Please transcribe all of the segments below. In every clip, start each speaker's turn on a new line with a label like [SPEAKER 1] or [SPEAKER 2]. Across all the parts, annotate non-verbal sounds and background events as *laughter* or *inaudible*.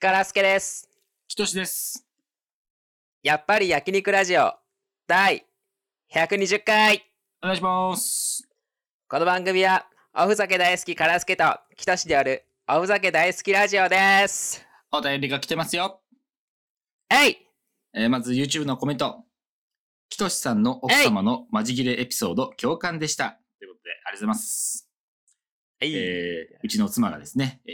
[SPEAKER 1] ガラスケです。
[SPEAKER 2] ひとしです。
[SPEAKER 1] やっぱり焼肉ラジオ第120回。
[SPEAKER 2] お願いします。
[SPEAKER 1] この番組はおふざけ大好きカラスケと北市であるおふざけ大好きラジオです。
[SPEAKER 2] お便りが来てますよ。
[SPEAKER 1] えい
[SPEAKER 2] えーまず YouTube のコメント。ひとしさんの奥様のマジギレエピソード共感でした。ということで、ありがとうございます。
[SPEAKER 1] えい
[SPEAKER 2] えーうちの妻がですね、え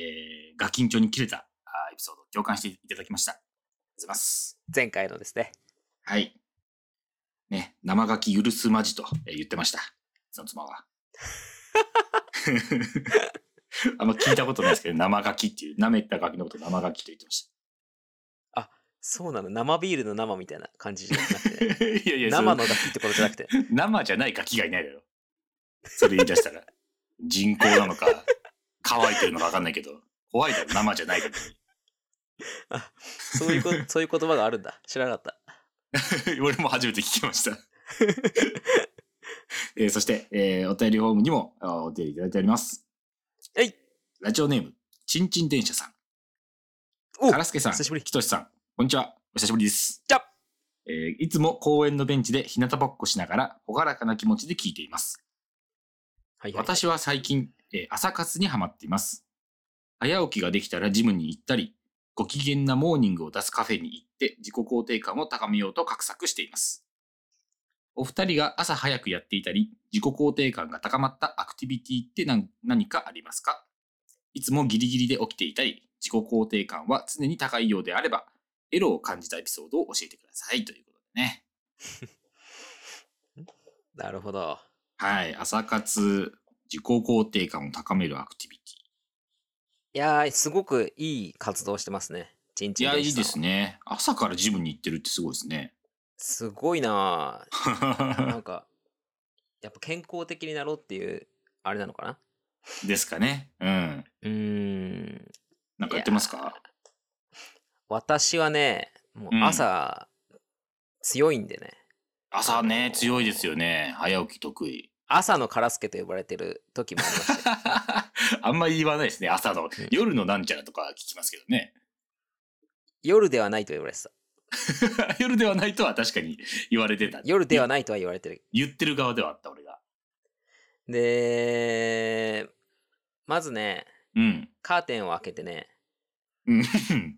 [SPEAKER 2] ー、ガキンチョに切れたあーエピソードを共感していただきました。ありがとうございます。
[SPEAKER 1] 前回のですね。
[SPEAKER 2] はい。ね、生ガキ許すまじとえー言ってました。その
[SPEAKER 1] *laughs*
[SPEAKER 2] 妻は。 *laughs* あんま聞いたことないですけど、生ガキっていう、舐めたガキのこと生ガキと言ってました。
[SPEAKER 1] そうなの生ビールの生みたいな感じじゃなくて、ね、
[SPEAKER 2] *laughs* いやいや、
[SPEAKER 1] 生の
[SPEAKER 2] そ
[SPEAKER 1] ガキってことじゃ
[SPEAKER 2] *laughs*
[SPEAKER 1] なくて。
[SPEAKER 2] れ生じゃないガキがいないだろ。それ言い
[SPEAKER 1] *laughs*
[SPEAKER 2] 出したら。人工なのか、乾いてるのか分かんないけど、怖いだろ、生じゃないガ
[SPEAKER 1] そういうこそういう言葉があるんだ。知らなかった。
[SPEAKER 2] キ。 *laughs* 俺も初めて聞き
[SPEAKER 1] *laughs*
[SPEAKER 2] ました。えーそして、えーお便りフォームにもあお便りいただいております。
[SPEAKER 1] えい
[SPEAKER 2] ラジオネーム、ちんちん電車さ
[SPEAKER 1] お
[SPEAKER 2] ん。からすけさん、
[SPEAKER 1] 久しぶり
[SPEAKER 2] きとしさん、こんにちは。お久しぶりです。
[SPEAKER 1] じゃあ
[SPEAKER 2] えーいつも公園のベンチで日向ぼっこしながら、朗らかな気持ちで聞いています。
[SPEAKER 1] はいはい、
[SPEAKER 2] 私は最近、えー朝活にはまっています。早起きができたらジムに行ったり、ご機嫌なモーニングを出すカフェに行って自己肯定感を高めようと画策しています。お二人が朝早くやっていたり、自己肯定感が高まったアクティビティって何何かありますかいつもギリギリで起きていたり、自己肯定感は常に高いようであれば、エロを感じたエピソードを教えてください。ということでね。
[SPEAKER 1] なるほど。
[SPEAKER 2] はい。朝活、自己肯定感を高めるアクティビティ。
[SPEAKER 1] いやー、すごくいい活動してますね。ちん
[SPEAKER 2] い
[SPEAKER 1] ちん
[SPEAKER 2] や、
[SPEAKER 1] 電
[SPEAKER 2] い
[SPEAKER 1] 車
[SPEAKER 2] い
[SPEAKER 1] さんは
[SPEAKER 2] ですね。朝からジムに行ってるってすごいで
[SPEAKER 1] *laughs*
[SPEAKER 2] すね。
[SPEAKER 1] すごいなぁ *laughs* なんか、やっぱ健康的になろうっていう、あれなのかな
[SPEAKER 2] ですかね。うん。
[SPEAKER 1] うーん。
[SPEAKER 2] なんかやってますか
[SPEAKER 1] 私はね、もう
[SPEAKER 2] うん
[SPEAKER 1] 朝、強いんでね。
[SPEAKER 2] 朝ね、強いですよね。早起き
[SPEAKER 1] *laughs*
[SPEAKER 2] 得意。
[SPEAKER 1] 朝のカラスケと呼ばれてる時もありま *laughs* して。
[SPEAKER 2] あんまり言わないですね。朝の、夜のなんちゃらとか聞きますけどね。 *laughs*
[SPEAKER 1] 夜ではないと言われてた。
[SPEAKER 2] 夜ではないとは確かに言われてた。
[SPEAKER 1] 夜ではないとは言われてる。
[SPEAKER 2] 言ってる側ではあった、俺が。
[SPEAKER 1] で、まずね、
[SPEAKER 2] うん。
[SPEAKER 1] カーテンを開けてね、
[SPEAKER 2] うん。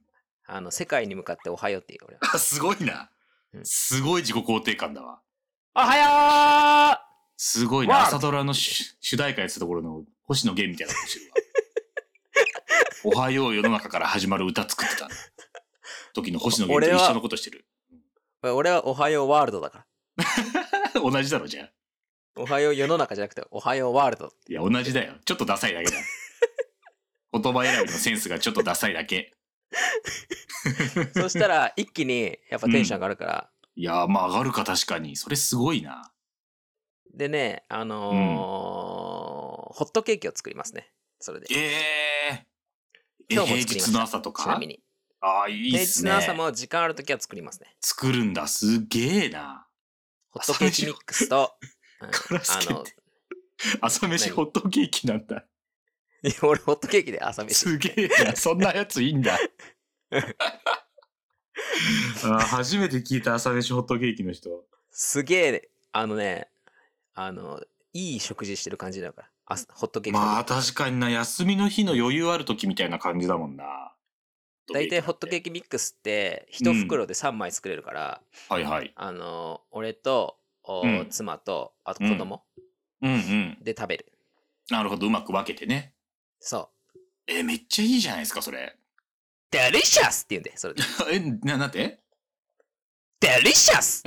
[SPEAKER 1] *laughs* あの、世界に向かっておはようって言う俺は。
[SPEAKER 2] あすごいな
[SPEAKER 1] う。ん
[SPEAKER 2] すごい自己肯定感だわ。
[SPEAKER 1] おはよ
[SPEAKER 2] すごい
[SPEAKER 1] わ
[SPEAKER 2] な。
[SPEAKER 1] あ
[SPEAKER 2] 朝ドラの主主題歌やってたところの星野源みたいなことしてる
[SPEAKER 1] *laughs*
[SPEAKER 2] わ。おはよう世の中から始まる歌作ってた時の星野源と
[SPEAKER 1] 俺は
[SPEAKER 2] 一緒のことしてる。
[SPEAKER 1] う俺はおはようワールドだから。
[SPEAKER 2] *laughs* 同じだろ、じゃあ。
[SPEAKER 1] おはよう世の中じゃなくて、おはようワールド。
[SPEAKER 2] いや、同じだよ。ちょっとダサいだけだ。言葉選びのセンスがちょっとダサいだけ。
[SPEAKER 1] そしたら、一気に、やっぱテンション上がるから、
[SPEAKER 2] いやー、まあ上がるか確かに。それすごいな。
[SPEAKER 1] でね、あのー
[SPEAKER 2] うん
[SPEAKER 1] ホットケーキを作りますね。それで。
[SPEAKER 2] えええ、
[SPEAKER 1] 今
[SPEAKER 2] 平
[SPEAKER 1] 日も作りました
[SPEAKER 2] 日の朝と
[SPEAKER 1] ち
[SPEAKER 2] か
[SPEAKER 1] なみに。
[SPEAKER 2] ああ、いいっ
[SPEAKER 1] 平
[SPEAKER 2] す
[SPEAKER 1] 日
[SPEAKER 2] ね
[SPEAKER 1] の。朝も時間あるときは作ります
[SPEAKER 2] *laughs*
[SPEAKER 1] ね。
[SPEAKER 2] 作るんだ。すげえな。
[SPEAKER 1] ホットケーキミックス
[SPEAKER 2] *laughs*
[SPEAKER 1] と、うん
[SPEAKER 2] カラスケ
[SPEAKER 1] あの *laughs*
[SPEAKER 2] って、朝飯
[SPEAKER 1] 何
[SPEAKER 2] ホットケーキなんだ。
[SPEAKER 1] いや俺ホットケーキで朝飯。
[SPEAKER 2] すげえな、そんなやついい *laughs* んだ。あ初めて聞いた朝飯ホットケーキの人。
[SPEAKER 1] すげえ、あのね、あの、いい食事してる感じだから。あホットケーキ食べて。
[SPEAKER 2] まあ確かにな、休みの日の余裕ある時みたいな感じだもんな。
[SPEAKER 1] 大体ホットケ
[SPEAKER 2] ー
[SPEAKER 1] ーキミックスって、一袋で3枚作れるから、
[SPEAKER 2] キ。はいはい。
[SPEAKER 1] あの、俺と、お
[SPEAKER 2] うん
[SPEAKER 1] 妻と、あと子供
[SPEAKER 2] うんうん。
[SPEAKER 1] で食べる。
[SPEAKER 2] なるほど、うまく分けてね。
[SPEAKER 1] そう。
[SPEAKER 2] えめっちゃいいじゃないですか、それ。 *laughs*
[SPEAKER 1] デリシャスって言うんで、それで。
[SPEAKER 2] え、な、なんて
[SPEAKER 1] デリシャス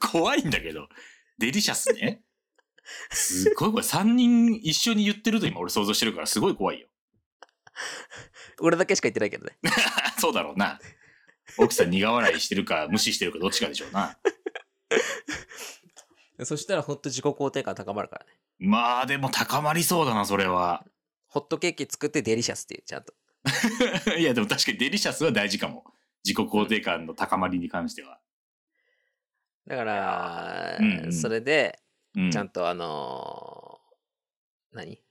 [SPEAKER 2] 怖いんだけど。デリシャスね。すごいこれ3人一緒に言ってると今俺想像してるからすごい怖いよ。 *laughs*
[SPEAKER 1] 俺だけしか言ってないけどね。
[SPEAKER 2] そうだろうな。奥さん苦笑いしてるか無視してるかどっちかでしょうな。
[SPEAKER 1] *laughs* そしたらほんと自己肯定感高まるからね。
[SPEAKER 2] まあでも高まりそうだな、それは。
[SPEAKER 1] ホットケーキ作ってデリシャスっていう、ちゃんと。
[SPEAKER 2] *laughs* いや、でも確かにデリシャスは大事かも。自己肯定感の高まりに関しては。
[SPEAKER 1] だから、
[SPEAKER 2] うんうん
[SPEAKER 1] それで、
[SPEAKER 2] うん。
[SPEAKER 1] ちゃんとあのー何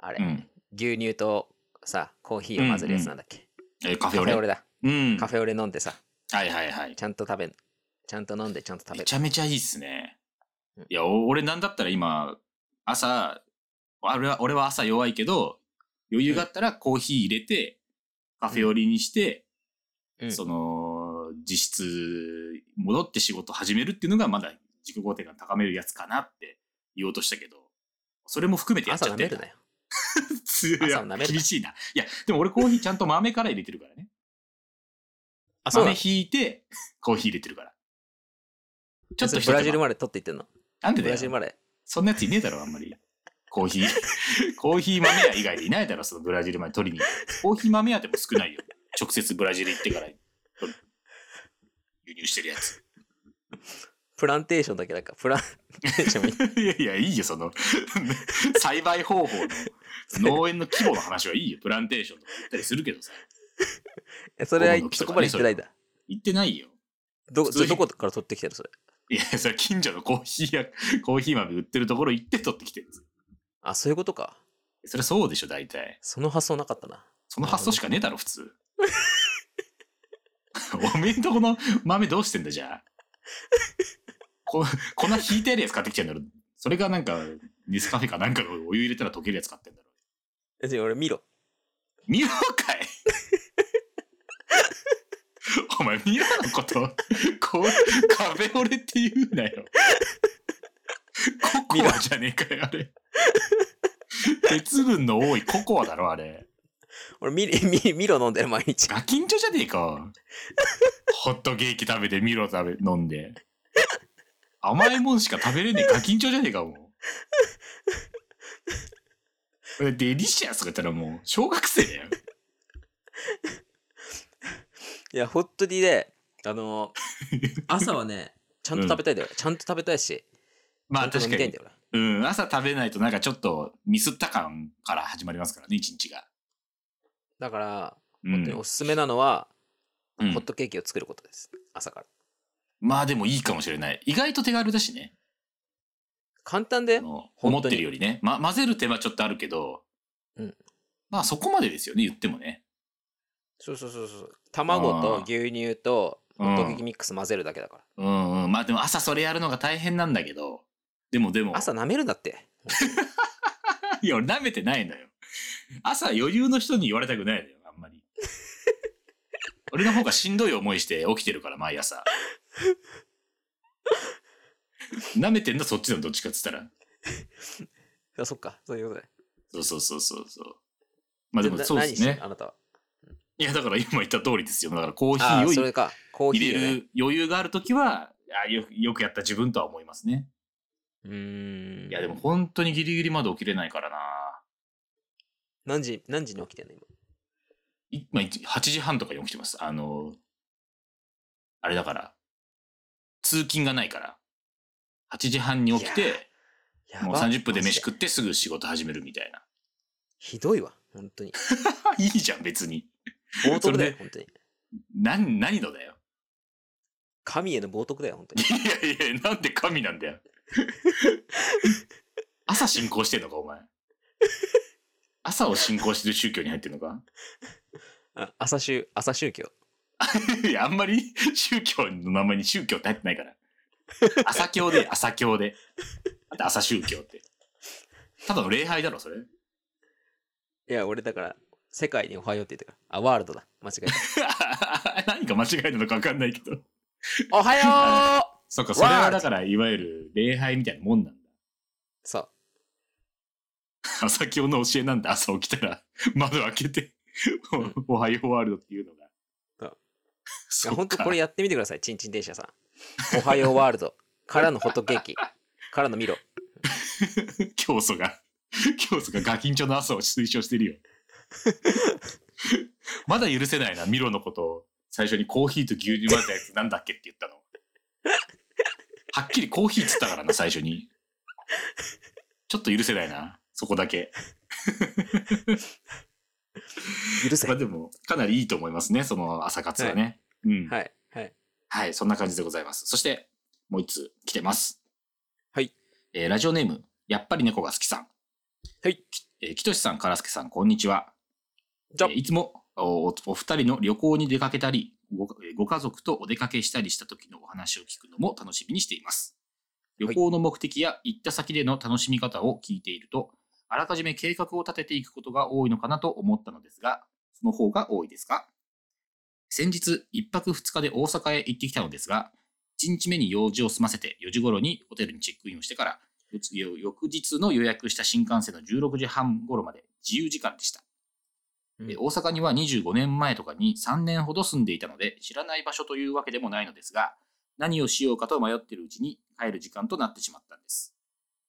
[SPEAKER 1] あれ、
[SPEAKER 2] うん
[SPEAKER 1] 牛乳とさ、コーヒーを混ぜるやつなんだっけ、
[SPEAKER 2] えカフ
[SPEAKER 1] カ
[SPEAKER 2] ェ
[SPEAKER 1] フェオ
[SPEAKER 2] オ
[SPEAKER 1] レ
[SPEAKER 2] レ。
[SPEAKER 1] だ。
[SPEAKER 2] うん。
[SPEAKER 1] カフェオレ飲んでさ、
[SPEAKER 2] はいはいはい。
[SPEAKER 1] ちゃんと食べ、ちゃんと飲んで、ちゃんと食べ
[SPEAKER 2] め
[SPEAKER 1] る
[SPEAKER 2] ち。ゃめちゃいいっすね
[SPEAKER 1] うん。
[SPEAKER 2] いや、お俺なんだったら今、朝、あれは、俺は朝弱いけど、余裕があったらコーヒー入れて、カフェオレにして、
[SPEAKER 1] うん
[SPEAKER 2] その、実質、戻って仕事始めるっていうのがまだ自己肯定感高めるやつかなって言おうとしたけど、それも含めてやっ
[SPEAKER 1] 朝
[SPEAKER 2] ちゃ
[SPEAKER 1] 舐
[SPEAKER 2] っ
[SPEAKER 1] め
[SPEAKER 2] てんだ
[SPEAKER 1] るなよ。
[SPEAKER 2] 強い
[SPEAKER 1] 朝舐めるな
[SPEAKER 2] 厳しいな。いや、でも俺コーヒーちゃんと豆から入れてるからね。
[SPEAKER 1] あ、そうな
[SPEAKER 2] 豆
[SPEAKER 1] の
[SPEAKER 2] 引いて、コーヒー入れてるから。ちょっと一
[SPEAKER 1] ブ
[SPEAKER 2] 手間
[SPEAKER 1] ラジルまで取っていってんの。
[SPEAKER 2] なんで
[SPEAKER 1] ブ
[SPEAKER 2] だ
[SPEAKER 1] ラ
[SPEAKER 2] よ
[SPEAKER 1] ジル。まで。
[SPEAKER 2] そんなやついねえだろ、あんまり。コー *laughs* ヒー、コーヒー豆屋以外でいないだろ、そのブラジルまで取りに行く。コーヒー豆屋でも少ないよ。直接ブラジル行ってから取る輸入してるやつ。
[SPEAKER 1] プランテーションだけだから、
[SPEAKER 2] *laughs*
[SPEAKER 1] プランテーションみたい
[SPEAKER 2] いやいや、いいよ、その、栽培方法の農園の規模の話はいいよ。プランテーションとか言ったりするけどさ。
[SPEAKER 1] な。それは
[SPEAKER 2] ゴムの木と
[SPEAKER 1] そ
[SPEAKER 2] か
[SPEAKER 1] こ
[SPEAKER 2] ね
[SPEAKER 1] まで行ってないんだ。
[SPEAKER 2] 行ってないよ。
[SPEAKER 1] ど、
[SPEAKER 2] 普
[SPEAKER 1] そ
[SPEAKER 2] 通
[SPEAKER 1] れど
[SPEAKER 2] に
[SPEAKER 1] こから取ってきてるそれ。
[SPEAKER 2] いや、それ近所のコーヒーや、コーヒー豆売ってるところ行って取ってきてるんですよ
[SPEAKER 1] あ、そういうことか。
[SPEAKER 2] それそうでしょ、大体。
[SPEAKER 1] その発想なかったな。
[SPEAKER 2] その発想しかねえだろ、普通。おめえんとこの豆どうしてんだ、じゃあ。こ粉引いてあるやつ買ってきちゃうんだろ。それがなんか、ネスカフェかなんかのお湯入れたら溶けるやつ買ってんだろ。
[SPEAKER 1] 別に俺見ろ。
[SPEAKER 2] 見ろかい *laughs* お前、ミラのこと、こう、カフェオレって言うなよ。ココアじゃねえかよ、あれ。鉄分の多いココアだろ、あれ。
[SPEAKER 1] 俺見 *laughs* る、見見ろ飲んでる毎日。
[SPEAKER 2] ガキンチョじゃねえか。ホットケーキ食べて、ミロ食べ、飲んで。甘いもんしか食べれねえガキンチョじゃねえか、もう。だってデリシャスとか言ったらもう、小学生だよ。
[SPEAKER 1] いや、ホットディで、あ
[SPEAKER 2] *laughs*
[SPEAKER 1] のー朝はね、ちゃんと食べたいんだよ。ちゃんと食べたいし、
[SPEAKER 2] まあ
[SPEAKER 1] ちゃんと飲
[SPEAKER 2] 確か
[SPEAKER 1] みたいん
[SPEAKER 2] に
[SPEAKER 1] だ。よ。俺
[SPEAKER 2] うん、朝食べないとなんかちょっとミスった感から始まりますからね、一日が。
[SPEAKER 1] だから、
[SPEAKER 2] うん
[SPEAKER 1] 本当におすすめなのは、
[SPEAKER 2] うん
[SPEAKER 1] ホットケーキを作ることです。朝から。
[SPEAKER 2] まあでもいいかもしれない。意外と手軽だしね。
[SPEAKER 1] 簡単だ
[SPEAKER 2] あ
[SPEAKER 1] よ。
[SPEAKER 2] の
[SPEAKER 1] 本当に
[SPEAKER 2] 思ってるよりね、ま。混ぜる手間ちょっとあるけど、
[SPEAKER 1] うん
[SPEAKER 2] まあそこまでですよね、言ってもね。
[SPEAKER 1] そうそうそうそう。卵と牛乳と
[SPEAKER 2] う
[SPEAKER 1] ホットケ
[SPEAKER 2] ん
[SPEAKER 1] ーキミックス混ぜるだけだから。
[SPEAKER 2] うんうん。まあでも朝それやるのが大変なんだけど、でもでも、
[SPEAKER 1] 朝舐めるんだって。
[SPEAKER 2] いや、俺舐めてないのよ。朝余裕の人に言われたくないのよ、あんまり。俺の方がしんどい思いして起きてるから、毎朝。舐めてんのそっちのどっちかっつったら。
[SPEAKER 1] あそっか、そういうことで。
[SPEAKER 2] そうそうそうそうそう。まあでも
[SPEAKER 1] な
[SPEAKER 2] そうで
[SPEAKER 1] 何し
[SPEAKER 2] すね
[SPEAKER 1] てんの。あなたは。
[SPEAKER 2] いや、だから今言った通りですよ。だからコーヒ
[SPEAKER 1] ああ、そ
[SPEAKER 2] ー
[SPEAKER 1] れか。コ
[SPEAKER 2] を
[SPEAKER 1] ーヒ
[SPEAKER 2] 入
[SPEAKER 1] ー、
[SPEAKER 2] れ
[SPEAKER 1] ね。
[SPEAKER 2] る余裕があるときは、あよくよくやった自分とは思いますね。
[SPEAKER 1] うーん。
[SPEAKER 2] いや、でも本当にギリギリまで起きれないからな。
[SPEAKER 1] 何時、何時に起きてんの今。
[SPEAKER 2] いまあ、いち8時半とかに起きてます。あの、あれだから、通勤がないから、8時半に起き
[SPEAKER 1] いや
[SPEAKER 2] て、
[SPEAKER 1] やば
[SPEAKER 2] もう30分で飯
[SPEAKER 1] マジ
[SPEAKER 2] 食ってすぐ仕事始めるみたいな。
[SPEAKER 1] ひどいわ、本 *laughs* 当に。
[SPEAKER 2] いいじゃん、別に。
[SPEAKER 1] 冒涜だよ
[SPEAKER 2] それ、で
[SPEAKER 1] 本当に。
[SPEAKER 2] 何、何のだよ。
[SPEAKER 1] 神への冒涜だよ、本当 *laughs* に。
[SPEAKER 2] いやいや、なんで神なん
[SPEAKER 1] *laughs*
[SPEAKER 2] だよ。朝信仰してんのか、お前。朝を信仰してる宗教に入ってんのか
[SPEAKER 1] あ朝宗、朝宗教。
[SPEAKER 2] いや、あんまり宗教の名前に宗教って入ってない *laughs* から。朝教で、朝教で。あと朝宗教って。ただの礼拝だろ、それ。 *laughs*
[SPEAKER 1] いや、俺だから、世界におはようって言ってから。あ、ワールドだ。間違え
[SPEAKER 2] 何か間違えたのか分かんないけど。
[SPEAKER 1] た。 *laughs* おはよう
[SPEAKER 2] そっか、それはだから、いわゆる礼拝みたいなもんなんだ。
[SPEAKER 1] *laughs* そう。
[SPEAKER 2] 朝教の教えなんだ、朝起きたら、窓開けて、おおはようワールドっていうのが
[SPEAKER 1] あ。い
[SPEAKER 2] そ
[SPEAKER 1] や、
[SPEAKER 2] っか
[SPEAKER 1] 本当これやってみてください、チンチン電車さん。おはようワール *laughs* ド。からのホットケーキ。からのミロ。
[SPEAKER 2] 教祖が、教祖がガキンチョの朝を推奨してるよ。まだ許せないな、ミロのことを。最初にコーヒーと牛乳混ぜたやつなんだっけって言ったの。はっきりコーヒーっつったからな、最初に。ちょっと許せないな、そこだけ。
[SPEAKER 1] 許せ。
[SPEAKER 2] ま
[SPEAKER 1] は
[SPEAKER 2] あ
[SPEAKER 1] い。
[SPEAKER 2] でも、かなりいいと思いますね、その朝活はね。うん。
[SPEAKER 1] はい。はい。
[SPEAKER 2] はい、そんな感じでございます。そして、もう一通来てます。
[SPEAKER 1] はい。
[SPEAKER 2] えーラジオネーム、やっぱり猫が好きさん。
[SPEAKER 1] はい。
[SPEAKER 2] えー、きとしさん、からすけさん、こんにちは。
[SPEAKER 1] じゃ
[SPEAKER 2] えーいつもおお二人の旅行に出かけたりご、えーご家族とお出かけしたりした時のお話を聞くのも楽しみにしています。旅行の目的や行った先での楽しみ方を聞いていると、あらかじめ計画を立てていくことが多いのかなと思ったのですが、その方が多いですか先日、1泊2日で大阪へ行ってきたのですが、1日目に用事を済ませて4時頃にホテルにチェックインをしてから、よつ翌日の予約した新幹線の16時半頃まで自由時間でした。
[SPEAKER 1] うん
[SPEAKER 2] で大阪には25年前とかに3年ほど住んでいたので知らない場所というわけでもないのですが何をしようかと迷っているうちに帰る時間となってしまったんです、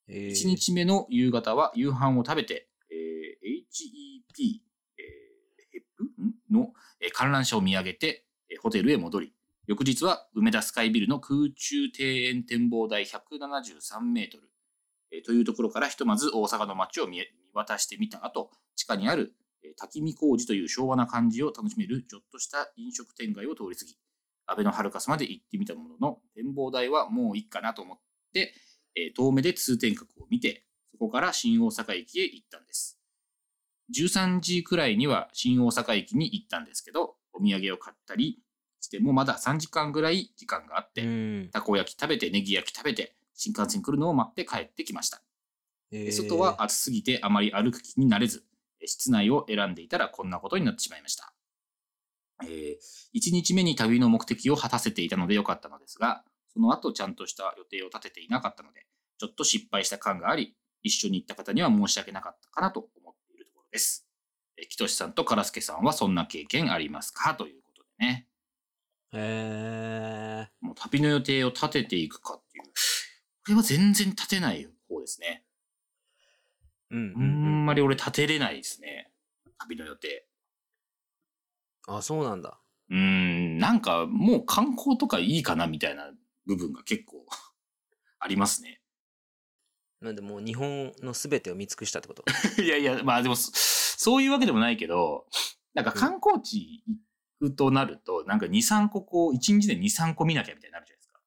[SPEAKER 1] えー
[SPEAKER 2] 1日目の夕方は夕飯を食べて、えー HEP、えーヘップんの、えー観覧車を見上げて、えーホテルへ戻り翌日は梅田スカイビルの空中庭園展望台173メートル、えーというところからひとまず大阪の街を見え見渡してみた後地下にあるえー滝見工事という昭和な感じを楽しめるちょっとした飲食店街を通り過ぎ、安倍のハルカスまで行ってみたものの、展望台はもういいかなと思って、えー遠目で通天閣を見て、そこから新大阪駅へ行ったんです。13時くらいには新大阪駅に行ったんですけど、お土産を買ったりしてもまだ3時間ぐらい時間があって、
[SPEAKER 1] うん
[SPEAKER 2] たこ焼き食べて、ネギ焼き食べて、新幹線来るのを待って帰ってきました。
[SPEAKER 1] え
[SPEAKER 2] で
[SPEAKER 1] ー
[SPEAKER 2] 外は暑すぎてあまり歩く気になれず、え室内を選んでいたらこんなことになってしまいました。え1日目に旅の目的を果たせていたので良かったのですが、その後ちゃんとした予定を立てていなかったので、ちょっと失敗した感があり、一緒に行った方には申し訳なかったかなと思っているところです。えきとしさんとからすけさんはそんな経験ありますかということでね、
[SPEAKER 1] え
[SPEAKER 2] もう旅の予定を立てていくかっていう、これは全然立てない方ですね。
[SPEAKER 1] ーうん
[SPEAKER 2] あ
[SPEAKER 1] うんうん
[SPEAKER 2] んまり俺立てれないですね。旅の予定。
[SPEAKER 1] あそうなんだ
[SPEAKER 2] うーん、なんかもう観光とかいいかなみたいな部分が結構 *laughs* ありますね。 *laughs*
[SPEAKER 1] なんでもう日本の全てを見尽くしたって *laughs* こと
[SPEAKER 2] いやいや、まあでもそ、そういうわけでもないけど、なんか観光地行くとなると、なんか2、3個こう、1日で2、3個見なきゃみたいになるじゃないですか。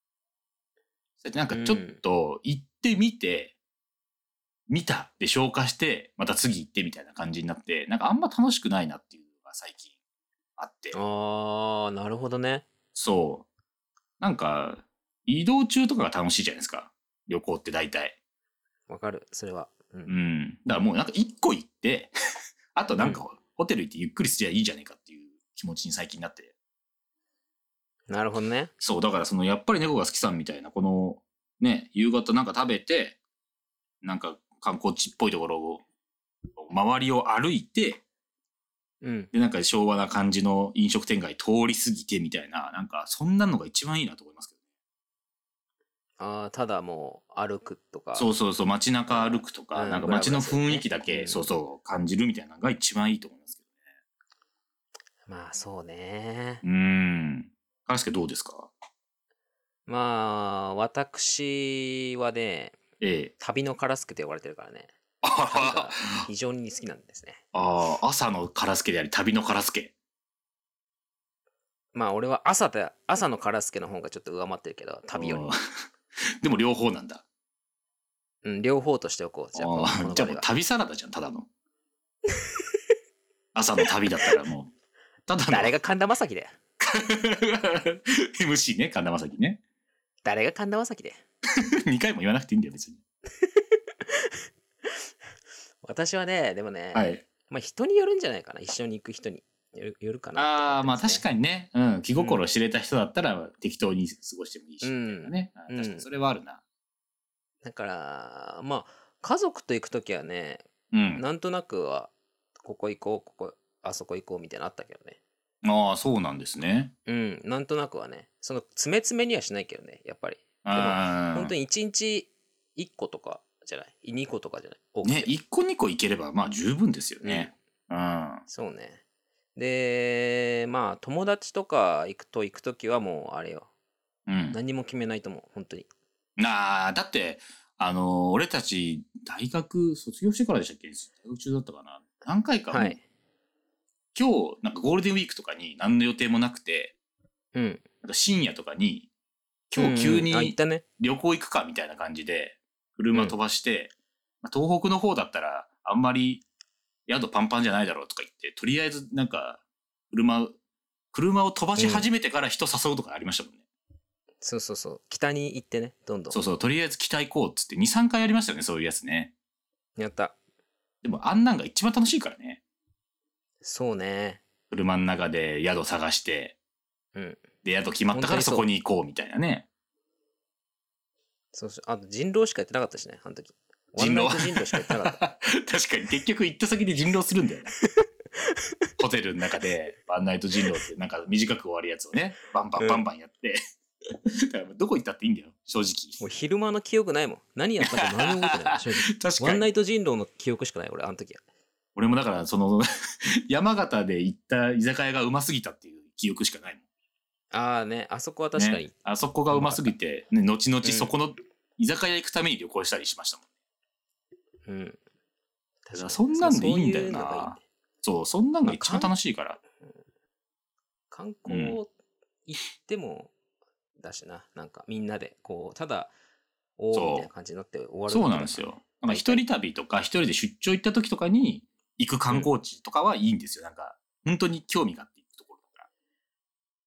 [SPEAKER 2] それってなんかちょっと行ってみて、見たで消化して、また次行ってみたいな感じになって、なんかあんま楽しくないなっていうのが最近あって。
[SPEAKER 1] ああなるほどね
[SPEAKER 2] そう。なんか、移動中とかが楽しいじゃないですか。旅行って大体。
[SPEAKER 1] わかるそれはうん
[SPEAKER 2] うん。だからもうなんか一個行って、 *laughs* あとなんかホテル行ってゆっくりすりゃいいじゃないかっていう気持ちに最近なって。
[SPEAKER 1] なるほどね
[SPEAKER 2] そう、だからそのやっぱり猫が好きさんみたいな、このね、夕方なんか食べて、なんか観光地っぽいところを、周りを歩いて、
[SPEAKER 1] うん
[SPEAKER 2] で、なんか昭和な感じの飲食店街通り過ぎてみたいな、なんかそんなのが一番いいなと思いますけど。
[SPEAKER 1] ああただもう歩くとか
[SPEAKER 2] そうそうそう街中歩くとか、
[SPEAKER 1] うん
[SPEAKER 2] なんか街の雰囲気だ
[SPEAKER 1] ブラブ
[SPEAKER 2] け、
[SPEAKER 1] ラす
[SPEAKER 2] そ
[SPEAKER 1] る
[SPEAKER 2] う
[SPEAKER 1] ね
[SPEAKER 2] そう感じるみたいなのが一番いいと思いますけ
[SPEAKER 1] まあそうね
[SPEAKER 2] どねうんカラスケどうですか
[SPEAKER 1] まあ私はね *laughs*
[SPEAKER 2] ええ
[SPEAKER 1] 旅のカラスケと呼ばれてるからね旅が
[SPEAKER 2] あ
[SPEAKER 1] 非常に好きなんですね
[SPEAKER 2] あー朝のカラスケであり旅のカラスケ
[SPEAKER 1] まあ俺は朝で朝のカラスケの方がちょっと上回ってるけど旅より
[SPEAKER 2] うん *laughs* でも両方なんだ
[SPEAKER 1] うん、両方としておこう。じゃあ、
[SPEAKER 2] あ
[SPEAKER 1] こ
[SPEAKER 2] ー
[SPEAKER 1] の
[SPEAKER 2] じ
[SPEAKER 1] 場合
[SPEAKER 2] ゃあもう
[SPEAKER 1] は
[SPEAKER 2] 旅サラダじゃんた
[SPEAKER 1] *laughs*
[SPEAKER 2] だの朝の旅だったらもうただの
[SPEAKER 1] 誰
[SPEAKER 2] *laughs* が
[SPEAKER 1] が神田正輝だよ。
[SPEAKER 2] MC ね神田正輝ね *laughs*
[SPEAKER 1] 誰が神田正輝だよ。
[SPEAKER 2] 2回も言わなくていいんだよ別に
[SPEAKER 1] 私はね、でもね、
[SPEAKER 2] はい
[SPEAKER 1] まあ人によるんじゃないかな。一緒に行く人によるよるかな。
[SPEAKER 2] ああまあ確
[SPEAKER 1] に。
[SPEAKER 2] かにね、うん、気心知れた人だったら適当に過ごしてもいいし、
[SPEAKER 1] うん
[SPEAKER 2] みたいなね、
[SPEAKER 1] うん
[SPEAKER 2] 確かにそれはあるな
[SPEAKER 1] だから、まあ、家族と行くときはね、
[SPEAKER 2] うん
[SPEAKER 1] なんとなくは、ここ行こう、ここ、あそこ行こうみたいなのあったけどね。
[SPEAKER 2] ああそうなんですね
[SPEAKER 1] うん、なんとなくはね、その、詰め詰めにはしないけどね、やっぱり。
[SPEAKER 2] ああ
[SPEAKER 1] 本当に1日1個とかじゃない ?2 個とかじゃない多くて
[SPEAKER 2] ね一個二個いければまあ十分ですよねうん、
[SPEAKER 1] そうね。で、まあ、友達とか行くと行くときはもう、あれよ。
[SPEAKER 2] うん
[SPEAKER 1] 何も決めないと思う、本当に。
[SPEAKER 2] ああだってあのー俺たち大学卒業してからでしたっけ大学中だったかな何回か、
[SPEAKER 1] はい。
[SPEAKER 2] 今日なんかゴールデンウィークとかに何の予定もなくて
[SPEAKER 1] うん。
[SPEAKER 2] なんか深夜とかに今日急
[SPEAKER 1] うんうんあ、行
[SPEAKER 2] に
[SPEAKER 1] ったね。
[SPEAKER 2] 旅行行くかみたいな感じで、車飛ばして、まあ東北の方だったら、あんまり宿パンパンじゃないだろうとか言って、とりあえずなんか、車、車を飛ばし始めてから人誘うとかありましたもんね。
[SPEAKER 1] そうそうそう。北に行ってね、どんどん。
[SPEAKER 2] そうそう、とりあえず北行こうっつって2、3回やりましたよね、そういうやつね。
[SPEAKER 1] やった。
[SPEAKER 2] でもあんなんが一番楽しいからね。
[SPEAKER 1] そうね。
[SPEAKER 2] 車の中で宿探して、
[SPEAKER 1] うん
[SPEAKER 2] で、宿決まったからそこに行こうみたいなね。
[SPEAKER 1] そうそう。あと人狼しかやってなかったしね、あの時。
[SPEAKER 2] 人狼
[SPEAKER 1] ワンナイト人狼しかやってなかっ
[SPEAKER 2] *laughs*
[SPEAKER 1] た。
[SPEAKER 2] 確かに結局行った先で人狼するん *laughs* だよね。ホテルの中でバンナイト人狼ってなんか短く終わるやつをね、バンバンバンバンやって。 *laughs* だからどこ行ったっていいんだよ、正
[SPEAKER 1] もう
[SPEAKER 2] 直。
[SPEAKER 1] 昼間の記憶ないもん。何やった
[SPEAKER 2] *laughs*
[SPEAKER 1] か何も覚えてない。正直
[SPEAKER 2] 確
[SPEAKER 1] ワ
[SPEAKER 2] か
[SPEAKER 1] ンナ
[SPEAKER 2] に。
[SPEAKER 1] イト人狼の記憶しかない、俺、あの時は。
[SPEAKER 2] 俺もだからその *laughs* 山形で行った居酒屋がうますぎたっていう記憶しかないもん。
[SPEAKER 1] ああね、あそこは確かに。
[SPEAKER 2] ねあそこがうますぎて、ね、後々そこの居酒屋行くために旅行したりしましたもん。
[SPEAKER 1] うん。確
[SPEAKER 2] だからそんなんでいいんだ
[SPEAKER 1] そういう
[SPEAKER 2] よな
[SPEAKER 1] のがいいね
[SPEAKER 2] そう、そんなんが一番楽しいから。
[SPEAKER 1] 観光行ってもだしな、なんかみんなでこうただお
[SPEAKER 2] そう
[SPEAKER 1] おみたいな感じになって終わる
[SPEAKER 2] そうなんですよ。なんか一人旅とか一人で出張行った時とかに行く観光地とかはいいんですよ。なんか本当に興味があって行くところだか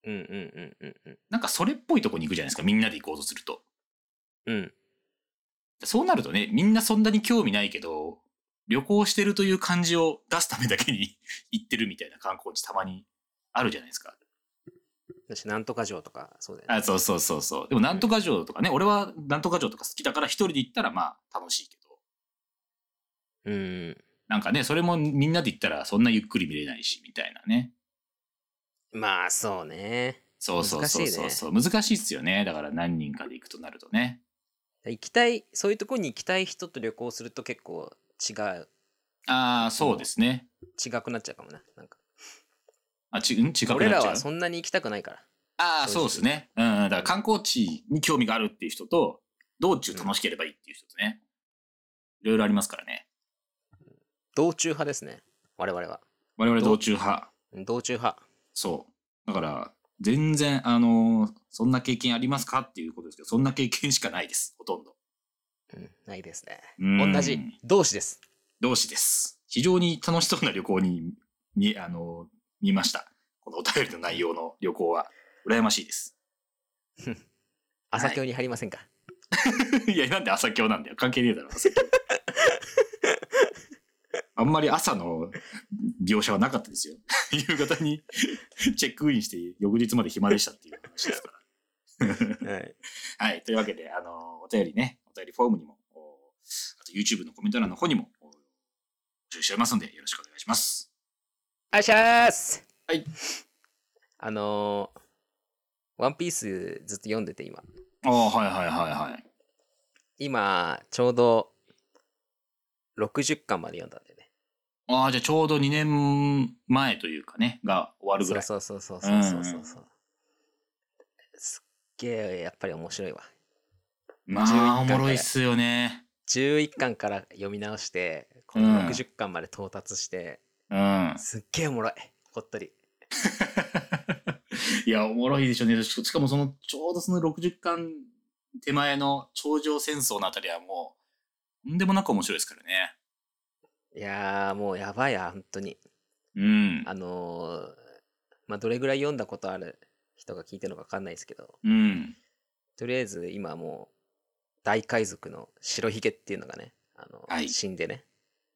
[SPEAKER 2] ら。
[SPEAKER 1] うんうんうんうんうん
[SPEAKER 2] なんかそれっぽいとこに行くじゃないですか。みんなで行こうとすると。
[SPEAKER 1] うん
[SPEAKER 2] そうなるとね、みんなそんなに興味ないけど、旅行してるという感じを出すためだけに *laughs* 行ってるみたいな観光地たまにあるじゃないですか。
[SPEAKER 1] だしなんとか城とかそうだよね
[SPEAKER 2] あそうそうそうそう。でもなんとか城とかね、俺はなんとか城とか好きだから一人で行ったらまあ楽しいけど。
[SPEAKER 1] うん
[SPEAKER 2] なんかね、それもみんなで行ったらそんなゆっくり見れないし、みたいなね。
[SPEAKER 1] まあそうね
[SPEAKER 2] そうそうそうそうそう難し,、いっすよねだから何人かで行くとなるとね
[SPEAKER 1] 行きたいそういうとこに行きたい人と旅行すると結構違う
[SPEAKER 2] ああそうですね
[SPEAKER 1] 違くなっちゃうかもななんか
[SPEAKER 2] あちうん違くなっ
[SPEAKER 1] 俺ら
[SPEAKER 2] ちゃう
[SPEAKER 1] はそんなに行きたくないから
[SPEAKER 2] ああ
[SPEAKER 1] 正
[SPEAKER 2] そう
[SPEAKER 1] 直
[SPEAKER 2] ですねうんうんだから観光地に興味があるっていう人と道中楽しければいいっていう人とねいろいろありますからね
[SPEAKER 1] 道中派ですね我々は
[SPEAKER 2] 我々道中派
[SPEAKER 1] 道中派
[SPEAKER 2] そうだから全然あのーそんな経験ありますかっていうことですけどそんな経験しかないですほとんど
[SPEAKER 1] うんないですね
[SPEAKER 2] うん
[SPEAKER 1] 同じ同志です
[SPEAKER 2] 同志です非常に楽しそうな旅行に見あの見ましたこのお便りの内容の旅行は羨ましいです *laughs*
[SPEAKER 1] 朝京に入りませんか、
[SPEAKER 2] いやなんで朝京なんだよ関係ねえだろ朝京あんまり朝の描写はなかったですよ *laughs* 夕方に *laughs* チェックインして翌日まで暇でしたっていう話ですか
[SPEAKER 1] はい
[SPEAKER 2] らはいというわけであのお便りねお便りフォームにもおあと YouTube のコメント欄の方にもお募集しておりますのでよろしくお願いします
[SPEAKER 1] あいしゃーす
[SPEAKER 2] はい
[SPEAKER 1] あのーワンピースずっと読んでて今
[SPEAKER 2] ああはいはいはいはい
[SPEAKER 1] 今ちょうど60巻まで読んだんだよね
[SPEAKER 2] ああ、じゃあちょうど2年前というかね、が終わるぐらい。
[SPEAKER 1] そうそうそうそうそうそうそう
[SPEAKER 2] うんうん
[SPEAKER 1] すっげえやっぱり面白いわ
[SPEAKER 2] まあ、おもろいっすよね。
[SPEAKER 1] 11巻から読み直してこ
[SPEAKER 2] う
[SPEAKER 1] の
[SPEAKER 2] ん
[SPEAKER 1] 60巻まで到達して、
[SPEAKER 2] *laughs* うん。
[SPEAKER 1] すっげえおもろいほっとり
[SPEAKER 2] いや、おもろいでしょうね。ししかもその、ちょうどその60巻手前の頂上戦争のあたりはもう、とんでもなく面白いですからね。
[SPEAKER 1] いやーもうやばいや本当に
[SPEAKER 2] うん
[SPEAKER 1] あ。のーまあどれぐらい読んだことある人が聞いてるのか分かんないですけど
[SPEAKER 2] うん。
[SPEAKER 1] とりあえず今もう大海賊の白ひげっていうのがねあの、
[SPEAKER 2] はい
[SPEAKER 1] 死んでね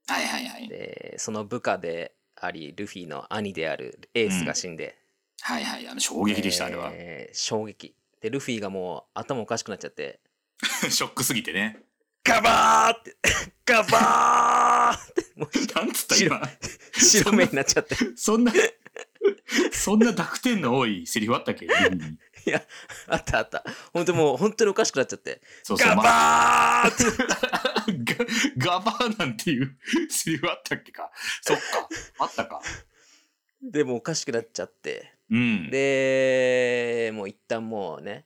[SPEAKER 2] はいはいはい。
[SPEAKER 1] でその部下でありルフィの兄であるエースが死んで、
[SPEAKER 2] はいはい。あの、衝撃でした、あれは。
[SPEAKER 1] えー衝撃でルフィがもう頭おかしくなっちゃって
[SPEAKER 2] *laughs* ショックすぎてね。
[SPEAKER 1] ガバー *laughs* ってガバーってもう
[SPEAKER 2] なんつった今。
[SPEAKER 1] 白目になっちゃって
[SPEAKER 2] そんな、そんな濁点の多いセリフあったっけ
[SPEAKER 1] あったあった本当もう本当におかしくなっちゃって
[SPEAKER 2] そうそう。
[SPEAKER 1] ガ
[SPEAKER 2] まあ
[SPEAKER 1] バーって
[SPEAKER 2] *laughs* ガガバーなんていうセリフあったっけかそっかあったか
[SPEAKER 1] でもうおかしくなっちゃって
[SPEAKER 2] うん
[SPEAKER 1] でもう一旦もうね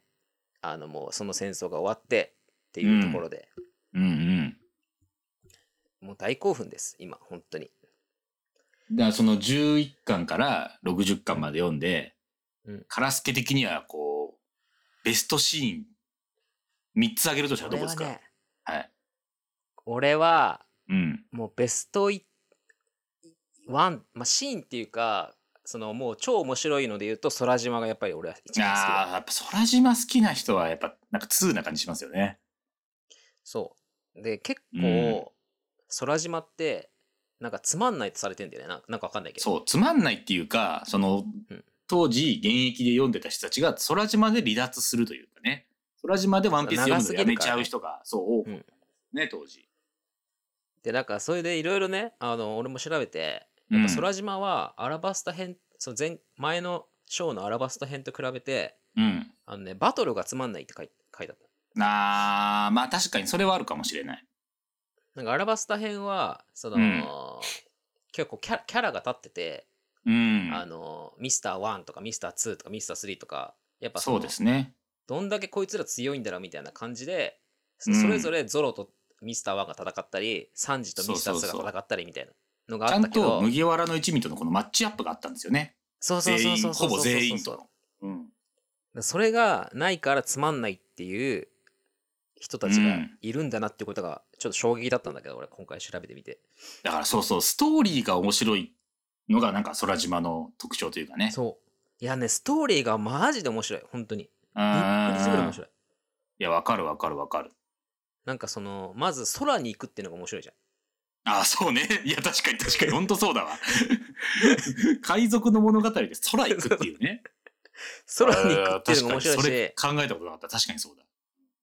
[SPEAKER 1] あのもうその戦争が終わってっていうところで、
[SPEAKER 2] うんうん
[SPEAKER 1] もう大興奮です今本当に、
[SPEAKER 2] だからその11巻から60巻まで読んで、
[SPEAKER 1] うん
[SPEAKER 2] カラスケ的にはこうベストシーン3つ挙げるとしたらどこですか
[SPEAKER 1] 俺
[SPEAKER 2] は,、
[SPEAKER 1] はね
[SPEAKER 2] い
[SPEAKER 1] 俺は
[SPEAKER 2] うん
[SPEAKER 1] もうベスト1まあシーンっていうかそのもう超面白いので言うと空島がやっぱり俺は一番好き
[SPEAKER 2] あ
[SPEAKER 1] だ
[SPEAKER 2] あ、やっぱ空島好きな人はやっぱなんか通な感じしますよね。
[SPEAKER 1] そうで結
[SPEAKER 2] うん
[SPEAKER 1] 構空島ってなんかつまんないとされてんだよねななんかわかんないけど
[SPEAKER 2] そう、つまんないっていうか、その
[SPEAKER 1] うん、
[SPEAKER 2] 当時現役で読んでた人たちが空島で離脱するというかね、空島でワンピース読むのやめちゃう人が、そう、多かったですね、当時。
[SPEAKER 1] でなんかそれでいろいろねあの俺も調べて
[SPEAKER 2] うん
[SPEAKER 1] やっぱ空島はアラバスタ編その前前のショーのアラバスタ編と比べて
[SPEAKER 2] うん。
[SPEAKER 1] あのねバトルがつまんないって書い書いてあった
[SPEAKER 2] あーまあ確かにそれはあるかもしれない。
[SPEAKER 1] なんかアラバスタ編はその、
[SPEAKER 2] うん
[SPEAKER 1] 結構キャラキャラが立ってて、
[SPEAKER 2] うん。
[SPEAKER 1] あのミスター1とかミスター2とかミスター3とかやっぱ
[SPEAKER 2] そう
[SPEAKER 1] の
[SPEAKER 2] ですね。
[SPEAKER 1] どんだけこいつら強いんだろうみたいな感じでそ
[SPEAKER 2] うん
[SPEAKER 1] それぞれゾロとミスター1が戦ったりサンジとミスター
[SPEAKER 2] そうそう
[SPEAKER 1] 2
[SPEAKER 2] そう
[SPEAKER 1] が戦ったりみたいなのが
[SPEAKER 2] ち
[SPEAKER 1] あ
[SPEAKER 2] ゃ
[SPEAKER 1] った
[SPEAKER 2] ん
[SPEAKER 1] け
[SPEAKER 2] と
[SPEAKER 1] ど
[SPEAKER 2] 麦わらの一味とのこのマッチアップがあったんですよね。
[SPEAKER 1] そうそうそ
[SPEAKER 2] 全
[SPEAKER 1] うそ
[SPEAKER 2] 員、
[SPEAKER 1] うそ
[SPEAKER 2] ほ
[SPEAKER 1] うそ
[SPEAKER 2] ぼ
[SPEAKER 1] う
[SPEAKER 2] 全員
[SPEAKER 1] そ
[SPEAKER 2] と
[SPEAKER 1] う
[SPEAKER 2] の。うん。
[SPEAKER 1] それがないからつまんないっていう人たちがいるんだなってことがちょっと衝撃だったんだけど、俺今回調べてみて
[SPEAKER 2] だからそうそう、ストーリーが面白いのがなんか空島の特徴というかね。
[SPEAKER 1] そういやねストーリーがマジで面白い本当に
[SPEAKER 2] う
[SPEAKER 1] びっくりするぐらい
[SPEAKER 2] ん。
[SPEAKER 1] 面
[SPEAKER 2] い
[SPEAKER 1] 白い
[SPEAKER 2] や、わかるわかるわかる。
[SPEAKER 1] なんかそのまず空に行くっていうのが面白いじゃん
[SPEAKER 2] ああ、そうね。いや、確かに確かに。ほんとそうだわ。
[SPEAKER 1] *laughs*
[SPEAKER 2] 海賊の物語で空行くっていうね。
[SPEAKER 1] *laughs* 空に行くっていうのが面白い
[SPEAKER 2] あー確かにそ
[SPEAKER 1] し
[SPEAKER 2] れ考えたことなかった。確かにそうだ。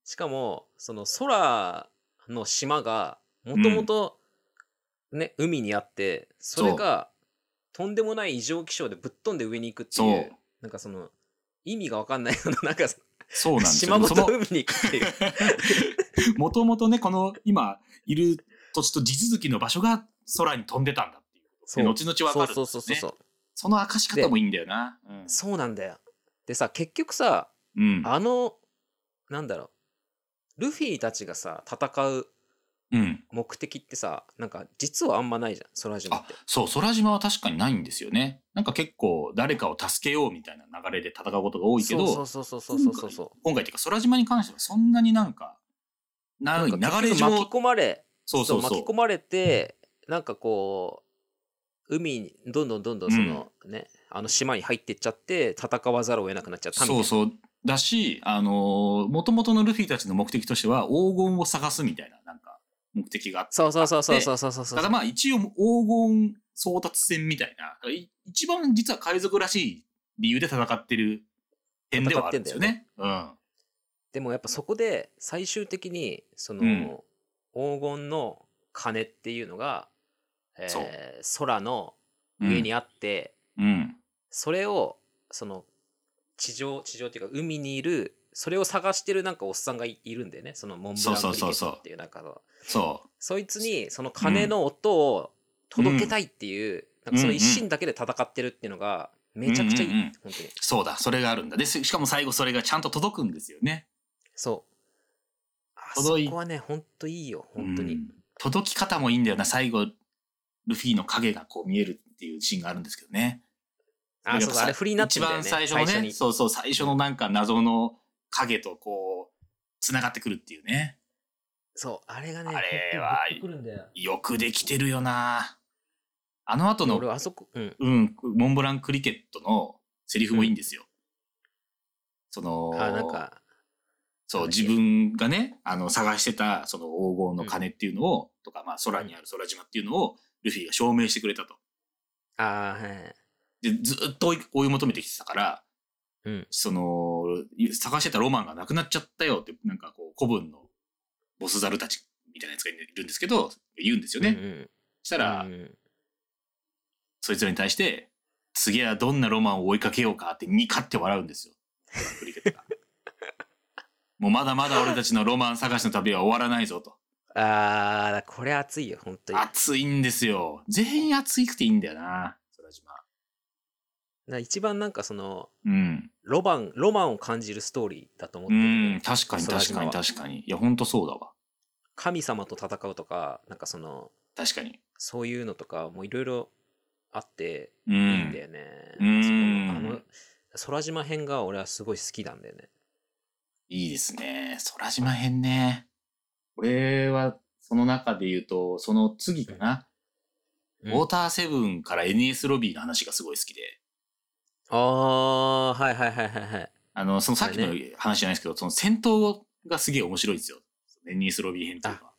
[SPEAKER 1] しかもその空の島がもともとね、海にあってそれがとんでもない異常気象でぶっ飛んで上に行くってい
[SPEAKER 2] そうう。
[SPEAKER 1] なんかその意味がわかんないようななんか
[SPEAKER 2] そうなんですよ。
[SPEAKER 1] 島ご
[SPEAKER 2] そ
[SPEAKER 1] と
[SPEAKER 2] の
[SPEAKER 1] 海に行く
[SPEAKER 2] *laughs*
[SPEAKER 1] っていう
[SPEAKER 2] も *laughs* ともとね、この今いる土地と地続きの場所が空に飛んでたんだっていう。
[SPEAKER 1] そう
[SPEAKER 2] 後々わかるんで
[SPEAKER 1] そ
[SPEAKER 2] す
[SPEAKER 1] うそ
[SPEAKER 2] よ
[SPEAKER 1] うそう
[SPEAKER 2] ね
[SPEAKER 1] そ。う
[SPEAKER 2] その明かし方もいいんだよな。うん
[SPEAKER 1] そうなんだよでさ結局さ
[SPEAKER 2] うん。
[SPEAKER 1] あのなんだろうルフィたちがさ戦う
[SPEAKER 2] うん。
[SPEAKER 1] 目的ってさなんか実はあんまないじゃん空島って
[SPEAKER 2] そう、空島は確かにないんですよね。なんか結構誰かを助けようみたいな流れで戦うことが多いけど、
[SPEAKER 1] そうそうそうそうそうそうそう
[SPEAKER 2] 今回っていうか空島に関してはそんなになんか、な
[SPEAKER 1] なん
[SPEAKER 2] 流
[SPEAKER 1] か結局
[SPEAKER 2] れ
[SPEAKER 1] 巻
[SPEAKER 2] 上
[SPEAKER 1] き、込まれ
[SPEAKER 2] そうそう
[SPEAKER 1] 巻
[SPEAKER 2] そ
[SPEAKER 1] き込
[SPEAKER 2] う。
[SPEAKER 1] まれてなんかこう海にどんどんどんどんそのね、あの島に入ってっちゃって戦わざるを得なくなっちゃったみたい
[SPEAKER 2] そう
[SPEAKER 1] な
[SPEAKER 2] そう。だし、あのー、元々のルフィたちの目的としては黄金を探すみたいな、なんか、目的があって
[SPEAKER 1] そうそうそうそうそうそうそう
[SPEAKER 2] ただまあ一応黄金争奪戦みたいな、い一番実は海賊らしい理由で戦ってる点ではあるんですよね。うん。
[SPEAKER 1] でもやっぱそこで最終的にその、
[SPEAKER 2] うん
[SPEAKER 1] 黄金の鐘っていうのが、えー
[SPEAKER 2] そう
[SPEAKER 1] 空の上に
[SPEAKER 2] あ
[SPEAKER 1] あって、
[SPEAKER 2] うん。
[SPEAKER 1] それをその地上地上っていうか海にいるそれを探してるなんかおっさんがいいるんだよねそのモンブラン
[SPEAKER 2] そう
[SPEAKER 1] ブ
[SPEAKER 2] そうそう
[SPEAKER 1] リ
[SPEAKER 2] そう
[SPEAKER 1] ケっていうなんかの
[SPEAKER 2] そ
[SPEAKER 1] そいつにその鐘の音を届けたいっていう、なんかその一心だけで戦ってるっていうのがめちゃくちゃいい、
[SPEAKER 2] うんうんうん
[SPEAKER 1] 本当に
[SPEAKER 2] う。そうだ。それがあるんだ。で、ししかも最後それがちゃんと届くんですよね。
[SPEAKER 1] そうあそ
[SPEAKER 2] 届い
[SPEAKER 1] こはね本当いいよ本当に、
[SPEAKER 2] うん届き方もいいんだよな。最後、ルフィの影がこう見えるっていうシーンがあるんですけどね。
[SPEAKER 1] あそうそうあれ振りになって
[SPEAKER 2] 一
[SPEAKER 1] んだよね
[SPEAKER 2] 番最初のね、
[SPEAKER 1] に
[SPEAKER 2] そうそう、最初のなんか謎の影とこう、繋がってくるっていうね。
[SPEAKER 1] そう、あれがね、
[SPEAKER 2] あれは
[SPEAKER 1] グッとくるんだよ。
[SPEAKER 2] よくできてるよな。あの後の
[SPEAKER 1] 俺、あそこ、うん。
[SPEAKER 2] うん、モンブランクリケットのセリフもいいんですよ。その、
[SPEAKER 1] あ、なんか、
[SPEAKER 2] そう、
[SPEAKER 1] なんだっけ
[SPEAKER 2] 自分がね、あの、探してた、その黄金の鐘っていうのを、とか、まあ、空にある空島っていうのを、ルフィが証明してくれたと。
[SPEAKER 1] あーはい。
[SPEAKER 2] で、ずっと追い追い求めてきてたから、
[SPEAKER 1] うん
[SPEAKER 2] その、探してたロマンがなくなっちゃったよって、なんかこう、古文のボスザルたちみたいなやつがいるんですけど、言うんですよね。
[SPEAKER 1] うんうん、
[SPEAKER 2] した、
[SPEAKER 1] から
[SPEAKER 2] そいつらに対して、次はどんなロマンを追いかけようかってニカって笑うんですよ。クリ
[SPEAKER 1] *laughs*
[SPEAKER 2] ケットがもうまだまだ俺たちのロマン探しの旅は終わらないぞと。
[SPEAKER 1] あー、これ熱いよ、本当に。だか
[SPEAKER 2] 熱いんですよ。全員熱いくていいんだよな、空島。
[SPEAKER 1] ら一番なんかその、
[SPEAKER 2] うん。
[SPEAKER 1] ロマン、ロマンを感じるストーリーだと思っ
[SPEAKER 2] う
[SPEAKER 1] てる
[SPEAKER 2] ん、確かに
[SPEAKER 1] 空
[SPEAKER 2] 確
[SPEAKER 1] 島
[SPEAKER 2] か
[SPEAKER 1] は
[SPEAKER 2] に確かに。いや、ほんとそうだわ。
[SPEAKER 1] 神様と戦うとか、なんかその、
[SPEAKER 2] 確かに。
[SPEAKER 1] そういうのとか、もういろいろあって、
[SPEAKER 2] うん。
[SPEAKER 1] いいんだよね。
[SPEAKER 2] うん
[SPEAKER 1] そこの
[SPEAKER 2] うん
[SPEAKER 1] あの、空島編が俺はすごい好きなんだよね。
[SPEAKER 2] いいですね。空島編ね。俺は、その中で言うと、その次かな。
[SPEAKER 1] うん
[SPEAKER 2] ウォーターセブンから NS ロビーの話がすごい好きで。
[SPEAKER 1] ああー、はいはいはいはいはい。
[SPEAKER 2] あの、そのさっきの
[SPEAKER 1] は
[SPEAKER 2] 話じゃないですけど、その戦闘がすげえ面白いんですよ。ネニースロビー編っていうのは。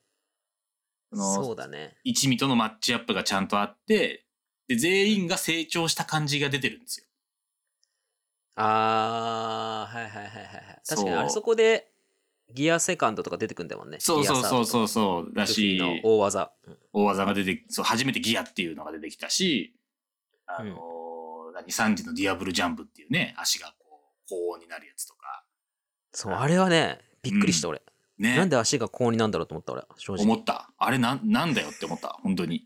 [SPEAKER 2] その
[SPEAKER 1] そうだね。
[SPEAKER 2] 一味とのマッチアップがちゃんとあって、で、全員が成長した感じが出てるんですよ。
[SPEAKER 1] ああ、はいはいはいはいはい。確かに
[SPEAKER 2] そう
[SPEAKER 1] あれそこでギアセカンドとか出てくんだもんね。。
[SPEAKER 2] そうそうそうそううそう。だ
[SPEAKER 1] ルフィ
[SPEAKER 2] し、
[SPEAKER 1] の大技。うん
[SPEAKER 2] 大技が出て、そう、初めてギアっていうのが出てきたし、あのー、何、サンジのディアブルジャンプっていうね、足がこう、高温になるやつとか、
[SPEAKER 1] そう、あれはね、びっくりした俺。
[SPEAKER 2] ね。
[SPEAKER 1] なんで足が高になんだろうと思った俺、正
[SPEAKER 2] 思
[SPEAKER 1] 直。
[SPEAKER 2] った。あれなん、なんだよって思った。本当に。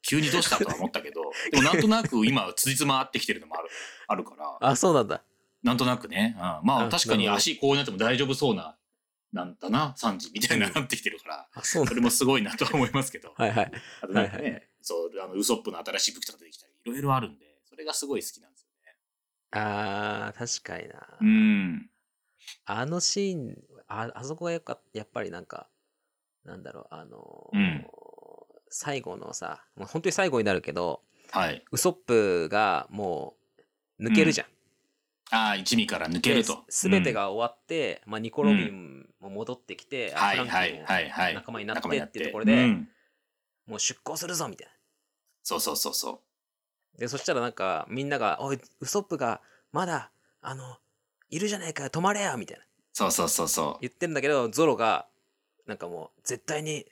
[SPEAKER 2] 急にどうしたとは思ったけど、でもなんとなく今、つじつま合ってきてるのもある、あるから、
[SPEAKER 1] あ、そうなんだ。
[SPEAKER 2] なんとなくね、うん、まあ
[SPEAKER 1] あ
[SPEAKER 2] 確か
[SPEAKER 1] な
[SPEAKER 2] に
[SPEAKER 1] るほど
[SPEAKER 2] 足こうなっても大丈夫そうな、なんだな、3時みたいななってきてるから、
[SPEAKER 1] あ、そうな
[SPEAKER 2] そ
[SPEAKER 1] ん
[SPEAKER 2] れ
[SPEAKER 1] だ。
[SPEAKER 2] もすごいなとは思いますけど、
[SPEAKER 1] はいはい。
[SPEAKER 2] あとなんか
[SPEAKER 1] はい
[SPEAKER 2] ね、そう、あの、ウソップの新しい武器とか出てきたり、いろいろあるんで、それがすごい好きなんですよね。
[SPEAKER 1] あー、確かにな。
[SPEAKER 2] うん。
[SPEAKER 1] あのシーン、ああそこがやっぱやっぱりなんか、なんだろう、あのー
[SPEAKER 2] うん
[SPEAKER 1] 最後のさ、もう本当に最後になるけど、
[SPEAKER 2] はい。
[SPEAKER 1] ウソップがもう抜けるじゃん。
[SPEAKER 2] ああ、一味から抜けると。
[SPEAKER 1] すべて
[SPEAKER 2] うん、
[SPEAKER 1] が終わって、まあ、ニコ・ロビンも戻ってきて、あ
[SPEAKER 2] はいは
[SPEAKER 1] フ
[SPEAKER 2] い
[SPEAKER 1] ラン
[SPEAKER 2] はいは
[SPEAKER 1] キー
[SPEAKER 2] い。
[SPEAKER 1] も仲間になっ
[SPEAKER 2] 仲
[SPEAKER 1] てっていうところ
[SPEAKER 2] う
[SPEAKER 1] で、
[SPEAKER 2] ん
[SPEAKER 1] もう出航するぞみたい
[SPEAKER 2] そうそうそうそう。
[SPEAKER 1] な。で、そしたらなんか、みんなが、おい、ウソップがまだ、あの、いるじゃないかよ、止まれよみたいな。
[SPEAKER 2] そうそうそうそう。
[SPEAKER 1] 言ってんだけど、ゾロが、なんかもう、絶対に、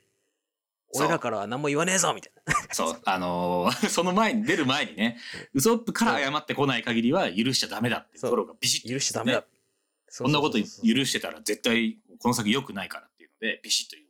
[SPEAKER 2] そう
[SPEAKER 1] 俺らからは何も言わねえぞみたいな。
[SPEAKER 2] そう、あのー *laughs* その前に、出る前にね、ウソップから謝ってこない限りは許しちゃダメだって、
[SPEAKER 1] そう
[SPEAKER 2] トロがビシッと、
[SPEAKER 1] 許しちゃダメだ。
[SPEAKER 2] ねこんなこと許
[SPEAKER 1] る
[SPEAKER 2] してたら絶対この先良くないからっていうので、ビシッと
[SPEAKER 1] い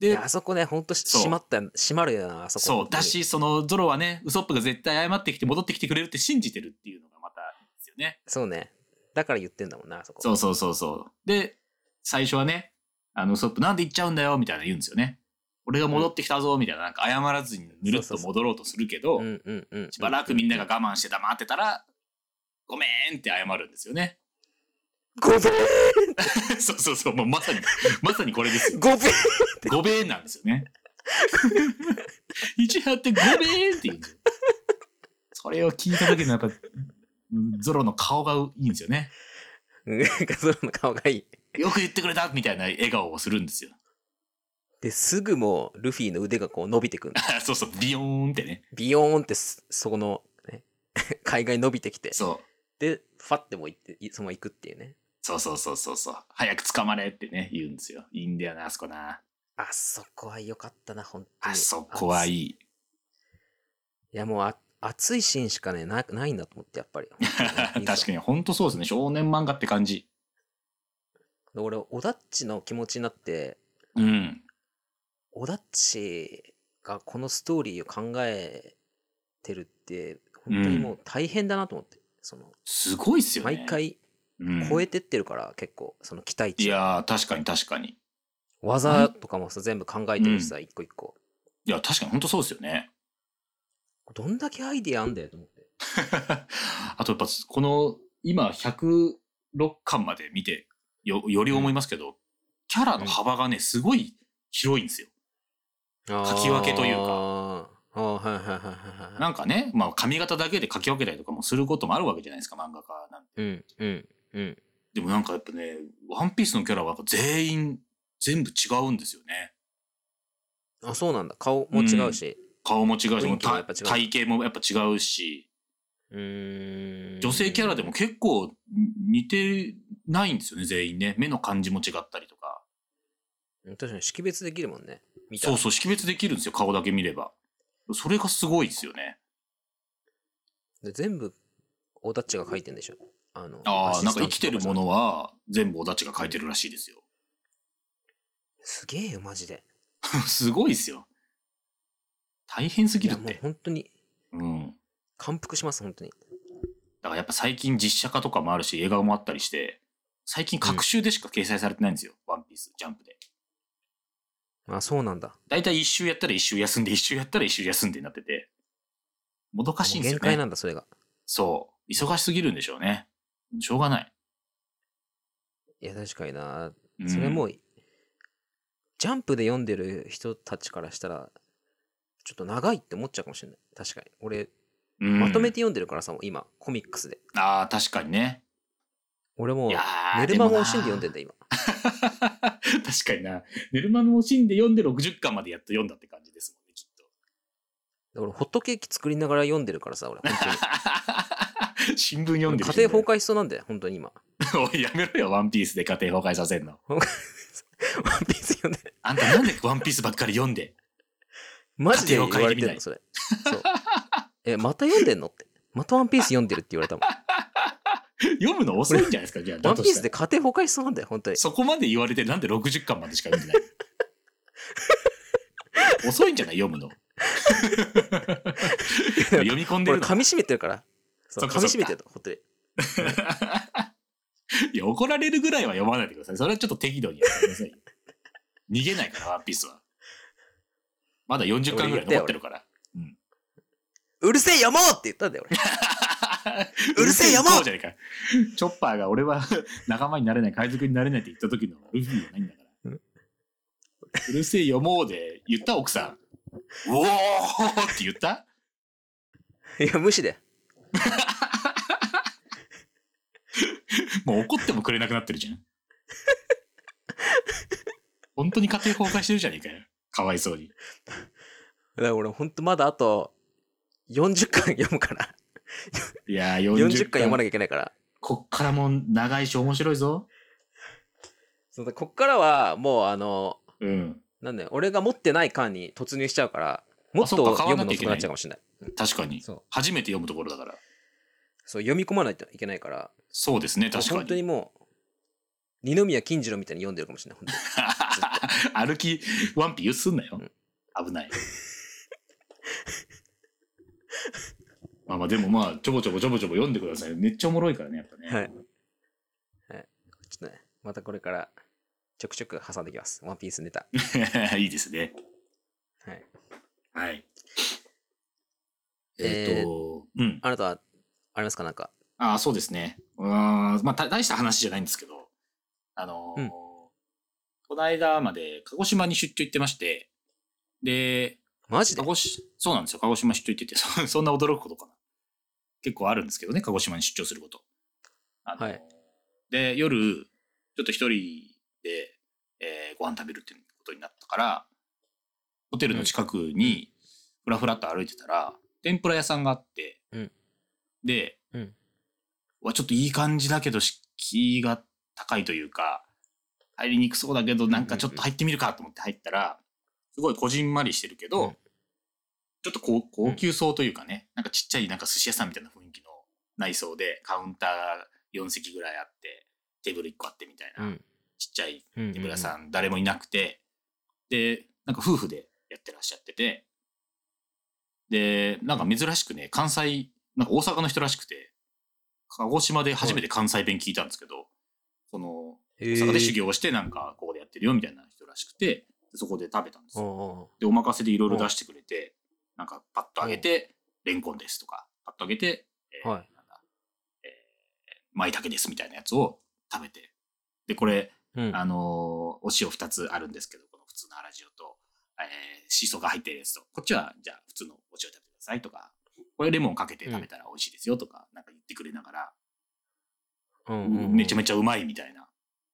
[SPEAKER 2] 言う。
[SPEAKER 1] や
[SPEAKER 2] で
[SPEAKER 1] あ、そこね、ほんとし
[SPEAKER 2] そう
[SPEAKER 1] 閉まったよ、閉まるよな、あそこ。
[SPEAKER 2] そう、だし、そのゾロはね、ウソップが絶対謝ってきて戻ってきてくれるって信じてるっていうのがまたいいですよね。
[SPEAKER 1] そうね。だから言ってんだもんな、あそこ。
[SPEAKER 2] そうそうそうそう。で、最初はね、あの、ウソップなんで行っちゃうんだよみたいな言うんですよね。俺が戻ってきたぞみたいな、なんか謝らずにぬるっと戻ろうとするけど、
[SPEAKER 1] うんうんうん。
[SPEAKER 2] しばらくみんなが我慢して黙ってたら、ごめんって謝るんですよね。 *laughs*
[SPEAKER 1] ごめん
[SPEAKER 2] そうそうそう、もうまさに、まさにこれ
[SPEAKER 1] *laughs*
[SPEAKER 2] ですよ。
[SPEAKER 1] ごめん
[SPEAKER 2] ごめんなんです
[SPEAKER 1] *laughs*
[SPEAKER 2] よね。一応やってごめんって言うんですよ。それを聞いた時のやっぱ、ゾロの顔がいいんですよね。
[SPEAKER 1] ガゾロの顔がいい。
[SPEAKER 2] よく言ってくれたみたいな笑顔をするんですよ。 *laughs*
[SPEAKER 1] で、すぐもう、ルフィの腕がこう伸びてくんだ。
[SPEAKER 2] そうそう、ビヨーンってね。
[SPEAKER 1] ビヨーンってす、そこの、ね、 *laughs* 海外伸びてきて。
[SPEAKER 2] そう。
[SPEAKER 1] で、ファってもう行って、いそのまま行くっていうね。
[SPEAKER 2] そうそうそうそうそう。早く捕まれってね、言うんですよ。いいんだよな、あそこな。
[SPEAKER 1] あそこは良かったな、本当に。
[SPEAKER 2] あそこはい
[SPEAKER 1] い。
[SPEAKER 2] い。
[SPEAKER 1] いや、もうあ、熱いシーンしかね、なないんだと思って、やっぱり。
[SPEAKER 2] *laughs*
[SPEAKER 1] *laughs*
[SPEAKER 2] 確かに、ほんとそうですね。少年漫画って感じ。
[SPEAKER 1] で俺、オダッチの気持ちになって、
[SPEAKER 2] うん。
[SPEAKER 1] オダッチがこのストーリーを考えてるって、本当にもう大変だなと思って、その、
[SPEAKER 2] すごいっすよね。
[SPEAKER 1] 毎回
[SPEAKER 2] うん、
[SPEAKER 1] 超えてってるから、結構、その期待
[SPEAKER 2] い
[SPEAKER 1] 値。
[SPEAKER 2] やー、確かに確かに。
[SPEAKER 1] 技とかもさ、全部考えてるしさ、一個一個。
[SPEAKER 2] いや、確かに本当そうですよね。 *laughs*
[SPEAKER 1] どんだけアイディアあんだよと思って。
[SPEAKER 2] あとやっぱ、この、今、106巻まで見て、よ、より思いますけど、キャラの幅がね、すごい広いんですよ。
[SPEAKER 1] 書
[SPEAKER 2] き分けというか
[SPEAKER 1] か。あーはいはいはいはいはい。
[SPEAKER 2] なんかね、まあ、髪型だけで書き分けたりとかもすることもあるわけじゃないですか、漫画家なんて。
[SPEAKER 1] うんうんうん。
[SPEAKER 2] でもなんかやっぱね、ワンピースのキャラはやっぱ全員、全部違うんですよね。
[SPEAKER 1] あ、そうなんだ。顔も違うし。
[SPEAKER 2] 顔も違うし、
[SPEAKER 1] 雰囲気もやっぱ違う
[SPEAKER 2] 体型もやっぱ違うし、
[SPEAKER 1] うーん。
[SPEAKER 2] 女性キャラでも結構似てないんですよね、全員ね。目の感じも違ったりとか。
[SPEAKER 1] うん。確かに識別できるもんね。見た
[SPEAKER 2] そ
[SPEAKER 1] ら
[SPEAKER 2] うそう、識別できるんですよ、顔だけ見れば。それがすごいですよね。
[SPEAKER 1] で全部、オダッチが書いてんでしょ。あの、
[SPEAKER 2] あ
[SPEAKER 1] ア
[SPEAKER 2] あ、
[SPEAKER 1] シ
[SPEAKER 2] なん
[SPEAKER 1] ス
[SPEAKER 2] か
[SPEAKER 1] タント
[SPEAKER 2] 生き
[SPEAKER 1] と
[SPEAKER 2] て
[SPEAKER 1] じゃ
[SPEAKER 2] る
[SPEAKER 1] く
[SPEAKER 2] ものは全部オダチが書いてるらしいですよ。
[SPEAKER 1] *laughs* すげえよ、マジで。
[SPEAKER 2] すごいですよ。 *laughs* 大変す
[SPEAKER 1] い
[SPEAKER 2] ぎる
[SPEAKER 1] や、
[SPEAKER 2] っ
[SPEAKER 1] もう
[SPEAKER 2] て。
[SPEAKER 1] 本当に、
[SPEAKER 2] うん。
[SPEAKER 1] 感服します、本当に。
[SPEAKER 2] だからやっぱ最近実写化とかもあるし、映画もあったりして、最近各週でしか掲載されてないんですよ。ワンピース、ジャンプで。
[SPEAKER 1] あ、そうなんだ。
[SPEAKER 2] だいたい一周やったら一周休んで、一周やったら一周休んでになってて、もどかしいんで
[SPEAKER 1] も
[SPEAKER 2] す
[SPEAKER 1] う
[SPEAKER 2] よ
[SPEAKER 1] 限界な
[SPEAKER 2] ね。
[SPEAKER 1] んだ、それが。
[SPEAKER 2] そう。忙しすぎるんでしょうね。しょうがない。
[SPEAKER 1] いや、確かにな。
[SPEAKER 2] うん
[SPEAKER 1] それもう、ジャンプで読んでる人たちからしたら、ちょっと長いって思っちゃうかもしれない。確かに。俺、
[SPEAKER 2] うん
[SPEAKER 1] まとめて読んでるからさ、もう今、コミックスで。
[SPEAKER 2] ああ、確かにね。
[SPEAKER 1] 俺も
[SPEAKER 2] いやー
[SPEAKER 1] 寝る間も惜しんで読んでんだ、今。
[SPEAKER 2] *laughs* 確かにな。寝る間も惜しんで読んで60巻までやっと読んだって感じですもんね、きっと。 *laughs*
[SPEAKER 1] 俺、ホットケーキ作りながら読んでるからさ、俺、本
[SPEAKER 2] *laughs*
[SPEAKER 1] 当に。
[SPEAKER 2] 新聞読んでる
[SPEAKER 1] 家庭崩壊しそうなんだよ、本当に今。
[SPEAKER 2] *laughs* 壊。おいやめろよ、ワンピースで家庭崩壊させんの。
[SPEAKER 1] ワンピース読んで。
[SPEAKER 2] あんたなんでワンピースばっかり読んで。
[SPEAKER 1] マジで
[SPEAKER 2] 家庭
[SPEAKER 1] 言
[SPEAKER 2] 崩壊
[SPEAKER 1] わ
[SPEAKER 2] で
[SPEAKER 1] れ
[SPEAKER 2] 見
[SPEAKER 1] て
[SPEAKER 2] なんい
[SPEAKER 1] の、それ。そう。え、また読んでんのって。またワンピース読んでるって言われたもん。
[SPEAKER 2] *laughs* 読むの遅いんじゃないですか、じゃあ。
[SPEAKER 1] ワ
[SPEAKER 2] だ
[SPEAKER 1] ン
[SPEAKER 2] と
[SPEAKER 1] ピー
[SPEAKER 2] し
[SPEAKER 1] ス
[SPEAKER 2] た
[SPEAKER 1] で
[SPEAKER 2] ら
[SPEAKER 1] 家庭崩壊しそうなんだよ、本当に。
[SPEAKER 2] そこまで言われて、なんで60巻までしか読ん
[SPEAKER 1] *laughs*
[SPEAKER 2] でない遅いんじゃない読むの。読み込んで
[SPEAKER 1] 俺、
[SPEAKER 2] るの。
[SPEAKER 1] 噛み締めてるから。そう、
[SPEAKER 2] そっか
[SPEAKER 1] 噛み締めてるの、本当に。
[SPEAKER 2] いや、怒られるぐらいは読まないでください。それはちょっと適度にやってくださいよ。逃げないから、ワンピースは。まだ40巻ぐらい残ってるから。
[SPEAKER 1] うるせえ、読もうって言ったんだよ、俺。 *laughs* うるせえ
[SPEAKER 2] も
[SPEAKER 1] 山
[SPEAKER 2] うじゃねえか。チョッパーが俺は *laughs* 仲間になれない、海賊になれないって言った時のルフィじゃないんだから。うるせえよもうで言った奥さん。おおって言った
[SPEAKER 1] *laughs* いや、無視で。
[SPEAKER 2] もう怒ってもくれなくなってるじゃん。本当に家庭崩壊してるじゃねえかよ。かわいそうに。
[SPEAKER 1] だから俺、ほんとまだあと40巻読むから。
[SPEAKER 2] いやー、
[SPEAKER 1] 40
[SPEAKER 2] 40
[SPEAKER 1] 巻読まなき
[SPEAKER 2] きゃ。
[SPEAKER 1] ゃいけないから。
[SPEAKER 2] こっからも長いし面白いぞ。
[SPEAKER 1] そうだこっからは、もうあの、
[SPEAKER 2] うん。
[SPEAKER 1] なんだよ、俺が持ってない巻に突入しちゃうから、もっと
[SPEAKER 2] そっか買わ
[SPEAKER 1] 読
[SPEAKER 2] な
[SPEAKER 1] む
[SPEAKER 2] きゃ
[SPEAKER 1] の遅くな
[SPEAKER 2] いけな
[SPEAKER 1] いっちゃうかもしれない。
[SPEAKER 2] 確かに。
[SPEAKER 1] そう
[SPEAKER 2] 初めて読むところだから。
[SPEAKER 1] そう、読み込まないといけないから、
[SPEAKER 2] そうですね、確か
[SPEAKER 1] 本当にもう、二宮金次郎みたいに読んでるかもしれない、本当に
[SPEAKER 2] *laughs* 歩き、ワンピゆすんなよ
[SPEAKER 1] ん。*laughs*
[SPEAKER 2] 危ない。まあまあ、でもまあ、ちょぼちょぼちょぼちょぼ読んでください。めっちゃおもろいからね、やっぱね。
[SPEAKER 1] はいちょっとね、またこれから、ちょくちょく挟んできます。ワンピースネタ。
[SPEAKER 2] *laughs* い、いですね。
[SPEAKER 1] はい。
[SPEAKER 2] はい。
[SPEAKER 1] えー
[SPEAKER 2] えっと、うん。
[SPEAKER 1] あなたは、ありますかなんか。
[SPEAKER 2] ああ、そうですね。うーん。まあ、た大した話じゃないんですけど、あのー
[SPEAKER 1] うん
[SPEAKER 2] この間まで鹿児島に出張行ってまして、で、
[SPEAKER 1] マジで
[SPEAKER 2] 鹿児島そうなんですよ鹿児島出張行っててそ *laughs* そんな驚くことかな結構あるんですけどね鹿児島に出張することあの
[SPEAKER 1] はい
[SPEAKER 2] で夜ちょっと一人で、えーご飯食べるっていうことになったからホテルの近くにふらふらっと歩いてたら、天ぷら屋さんがあって、
[SPEAKER 1] うん
[SPEAKER 2] で、
[SPEAKER 1] うん
[SPEAKER 2] わちょっといい感じだけど敷居が高いというか入りにくそうだけどなんかちょっと入ってみるかと思って入ったら、すごいこじんまりしてるけど、
[SPEAKER 1] うん
[SPEAKER 2] ちょっと高高級層というかね、なんかちっちゃいなんか寿司屋さんみたいな雰囲気の内装でカウンター4席ぐらいあってテーブル1個あってみたいな、
[SPEAKER 1] うん。
[SPEAKER 2] ちっちゃい
[SPEAKER 1] うんうん
[SPEAKER 2] で村さん誰もいなくてでなんか夫婦でやってらっしゃっててでなんか珍しくね関西なんか大阪の人らしくて鹿児島で初めて関西弁聞いたんですけど、その
[SPEAKER 1] え
[SPEAKER 2] 大
[SPEAKER 1] ー
[SPEAKER 2] 阪で修行をしてなんかここでやってるよみたいな人らしくてそこで食べたんです
[SPEAKER 1] おう
[SPEAKER 2] よ。
[SPEAKER 1] おう
[SPEAKER 2] でお任せでいろいろ出してくれてなんかパッと上げて「レンコンです」とかパッと上げて「えー
[SPEAKER 1] はい
[SPEAKER 2] なんだえー舞茸です」みたいなやつを食べてでこれ
[SPEAKER 1] うん。
[SPEAKER 2] あのーお塩2つあるんですけど、この普通の粗塩と、えーシソが入ってるやつと、こっちはじゃあ普通のお塩食べてくださいとか、これレモンかけて食べたら美味しいですよとか、なんか言ってくれながら、
[SPEAKER 1] うん
[SPEAKER 2] めちゃめ
[SPEAKER 1] ち
[SPEAKER 2] ちゃうまいみたいな、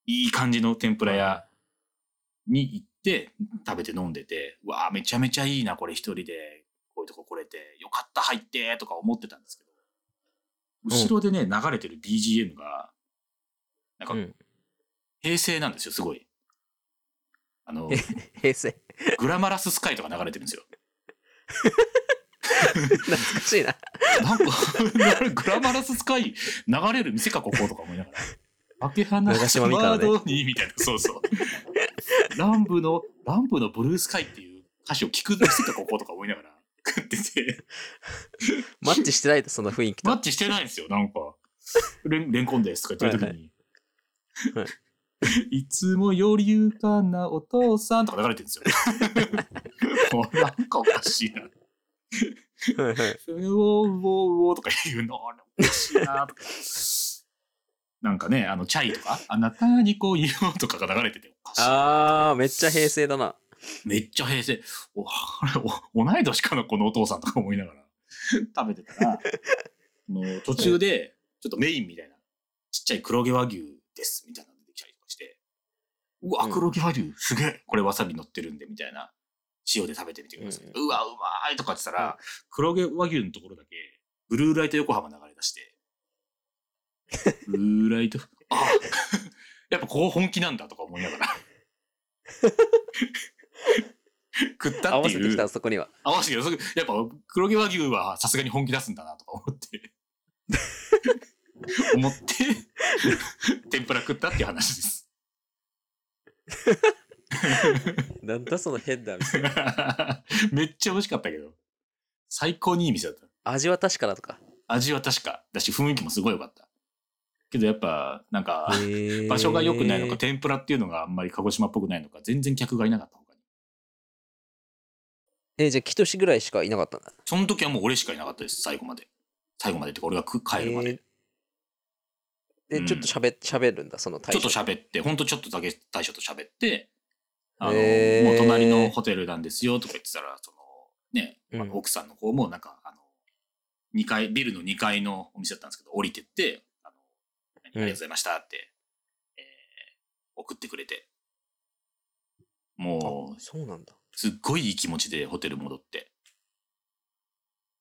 [SPEAKER 2] いい感じの天ぷら屋に行って食べて飲んでて、うわあめちゃめちゃいいな、これ一人で、こういうとこ来れて、よかった、入って、とか思ってたんですけど、後ろでね、流れてる BGM が、なんか
[SPEAKER 1] うん、
[SPEAKER 2] 平成なんですよ、すごい。あの、
[SPEAKER 1] 平成。 *laughs*
[SPEAKER 2] グラマラススカイとか流れてるんですよ。
[SPEAKER 1] 懐かしいな。
[SPEAKER 2] なんか、グラマラススカイ流れる店かこことか思いながら。明け放
[SPEAKER 1] 長
[SPEAKER 2] し
[SPEAKER 1] 島美
[SPEAKER 2] ワー
[SPEAKER 1] 香のね
[SPEAKER 2] ドに、みたいな、そうそう。ランブの、ランブのブルースカイっていう歌詞を聞く店かこことか思いながら食ってて、
[SPEAKER 1] マッチしてないと、その雰囲
[SPEAKER 2] *laughs*
[SPEAKER 1] 気と。
[SPEAKER 2] マッチしてないんですよ、なん
[SPEAKER 1] *laughs*
[SPEAKER 2] か。レンレンコンですとか言ってる時に。
[SPEAKER 1] はいはい
[SPEAKER 2] いつもよりゆかなお父さんとか流れてるんですよ。もうなんかおかしいな。
[SPEAKER 1] はいはい。
[SPEAKER 2] うおうおうおとか言うの、あれおかしいなとか。なんかね、あの、チャイとか、あなたにこう言おうとかが流れてて、おかしい。
[SPEAKER 1] あー、めっちゃ平成だな。
[SPEAKER 2] めっちゃ平成。お、あれ、お同い年かな、このお父さんとか思いながら。食べてたら、あの途中で、ちょっとメインみたいな、ちっちゃい黒毛和牛です、みたいなの出てきたりとかして、うわ、
[SPEAKER 1] うん
[SPEAKER 2] 黒毛和牛、すげえこれわさび乗ってるんで、みたいな。塩で食べてみてください。
[SPEAKER 1] う
[SPEAKER 2] うわ、うまいとかって言ったら、黒毛和牛のところだけ、ブルーライト横浜流れ出して、ブルーライト、ああ、やっぱここ本気なんだとか思いな
[SPEAKER 1] *laughs*
[SPEAKER 2] がら。食ったっていう。
[SPEAKER 1] 合わせてきたそこには
[SPEAKER 2] 合わせてよ。それやっぱ黒毛和牛はさすがに本気出すんだなとか思
[SPEAKER 1] *laughs*
[SPEAKER 2] って。思って、天ぷら食ったっていう話です。 *laughs*
[SPEAKER 1] なんだそのヘッダーみたいな
[SPEAKER 2] *laughs* めっちゃ美味しかったけど。最高にいい店だった。
[SPEAKER 1] 味は確かだとか
[SPEAKER 2] 味は確かだし、雰囲気もすごい良かった。けどやっぱ、なんか、場
[SPEAKER 1] 場
[SPEAKER 2] 所が良くないのか、天ぷらっていうのがあんまり鹿児島っぽくないのか、全然客がいなかった他に。
[SPEAKER 1] えじゃあキトシぐらいしかいなかったんだ
[SPEAKER 2] その時はもう俺しかいなかったです、最後まで。最後までっていうか、俺が食帰るまで。
[SPEAKER 1] え
[SPEAKER 2] う
[SPEAKER 1] ー
[SPEAKER 2] ん
[SPEAKER 1] でちょっとしゃべ,、喋るんだその対
[SPEAKER 2] ちょっ
[SPEAKER 1] 象
[SPEAKER 2] と喋って、ほんとちょっとだけ大将と喋って、あの、
[SPEAKER 1] へー
[SPEAKER 2] もう隣のホテルなんですよとか言ってたら、その、ね、あ
[SPEAKER 1] うん
[SPEAKER 2] の奥さんの方もなんか、あの、二階、ビルの2階のお店だったんですけど、降りてって、あの、何ありがとうございましたって、えー送ってくれて、も
[SPEAKER 1] あ
[SPEAKER 2] う、
[SPEAKER 1] そうなんだ
[SPEAKER 2] すっごいいい気持ちでホテル戻って、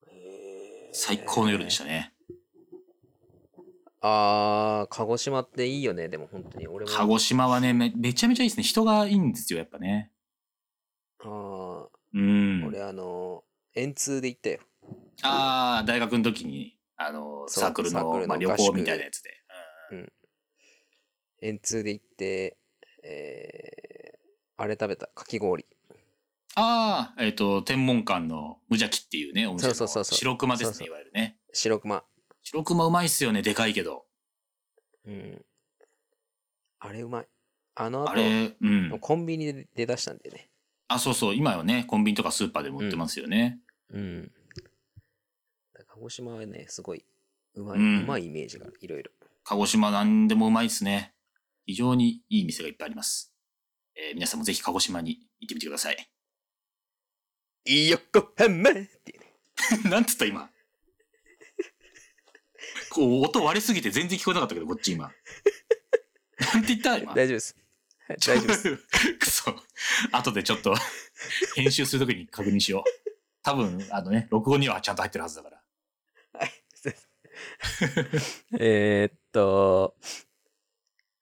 [SPEAKER 1] へー
[SPEAKER 2] 最高の夜でしたね。
[SPEAKER 1] あー鹿児島っていいよねでも本当に俺も
[SPEAKER 2] 鹿児島はねめ、めちゃめちゃいいですね。人がいいんですよ、やっぱね。
[SPEAKER 1] あ
[SPEAKER 2] う
[SPEAKER 1] ー
[SPEAKER 2] ん。
[SPEAKER 1] 俺あのー円通で行ったよ
[SPEAKER 2] ああ、大学の時に、あの、
[SPEAKER 1] そう
[SPEAKER 2] サークル
[SPEAKER 1] サー
[SPEAKER 2] の
[SPEAKER 1] クルの
[SPEAKER 2] まあ、旅
[SPEAKER 1] 合
[SPEAKER 2] 行
[SPEAKER 1] 宿
[SPEAKER 2] みたいなやつで。
[SPEAKER 1] 円通で行ってえーあれ食べたかき氷
[SPEAKER 2] ああ、えっ、と、天文館の無邪気っていうね、お店の
[SPEAKER 1] そうそうそうそう
[SPEAKER 2] 白熊ですね、
[SPEAKER 1] そうそう
[SPEAKER 2] いわゆるね。
[SPEAKER 1] 白熊
[SPEAKER 2] 白熊うまいっすよね、でかいけど。
[SPEAKER 1] うんあれうまいあの後
[SPEAKER 2] あれ、うん。
[SPEAKER 1] コンビニで出だしたんだよね
[SPEAKER 2] あ、そうそう、今はね、コンビニとかスーパーでも売ってますよね。
[SPEAKER 1] うん鹿児島はねすごいうまい、
[SPEAKER 2] うん
[SPEAKER 1] うまいイメージがあるいろいろ
[SPEAKER 2] 鹿児島なんでもうまいっすね。非常にいい店がいっぱいあります。えー皆さんもぜひ鹿児島に行ってみてください。
[SPEAKER 1] いよこはまっていうね
[SPEAKER 2] *laughs* なんつった今。こう、音割れすぎて全然聞こえなかったけど、こっち今。なんて言った今。
[SPEAKER 1] 大丈夫 *laughs* ですはい大丈夫です *laughs*
[SPEAKER 2] *laughs* くそ。後でちょっと、編集するときに確認しよう。多分、あのね、録音にはちゃんと入ってるはずだから。
[SPEAKER 1] えーっと、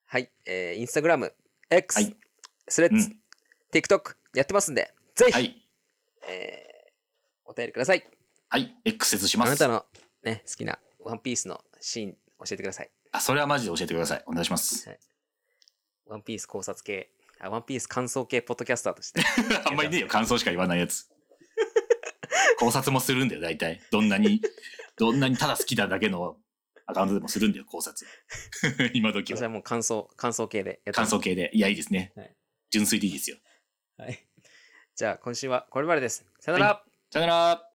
[SPEAKER 1] はい、えー、インスタグラム、X、
[SPEAKER 2] はい
[SPEAKER 1] スレ
[SPEAKER 2] う
[SPEAKER 1] ッズ、
[SPEAKER 2] ん。
[SPEAKER 1] TikTok やってますんで、ぜひ、
[SPEAKER 2] はい。
[SPEAKER 1] えーお便りください。
[SPEAKER 2] はい。X 説し
[SPEAKER 1] あ
[SPEAKER 2] ま
[SPEAKER 1] なた
[SPEAKER 2] す。
[SPEAKER 1] のね、好きなワンピースのシーン教えてください。
[SPEAKER 2] あ、それはマジで教えてください。お願いし
[SPEAKER 1] *laughs*
[SPEAKER 2] ます。
[SPEAKER 1] ワンピース考察系、あワンピース感想系ポッドキャスターとして。
[SPEAKER 2] *laughs* あんまりねえよ。感想しか言わないやつ。考察もするんだよ、大体。どんなに、どんなにただ好きだだけのアカウントでもするんだよ、考察。 *laughs* 今時
[SPEAKER 1] 私は
[SPEAKER 2] は。
[SPEAKER 1] もう感想、感想系でやってま
[SPEAKER 2] 感
[SPEAKER 1] す
[SPEAKER 2] 想系で。いや、いいですね。
[SPEAKER 1] はい
[SPEAKER 2] 純粋でいいですよ。
[SPEAKER 1] はい。じゃあ、今週はこれまでです。さよなら、
[SPEAKER 2] はさよなら。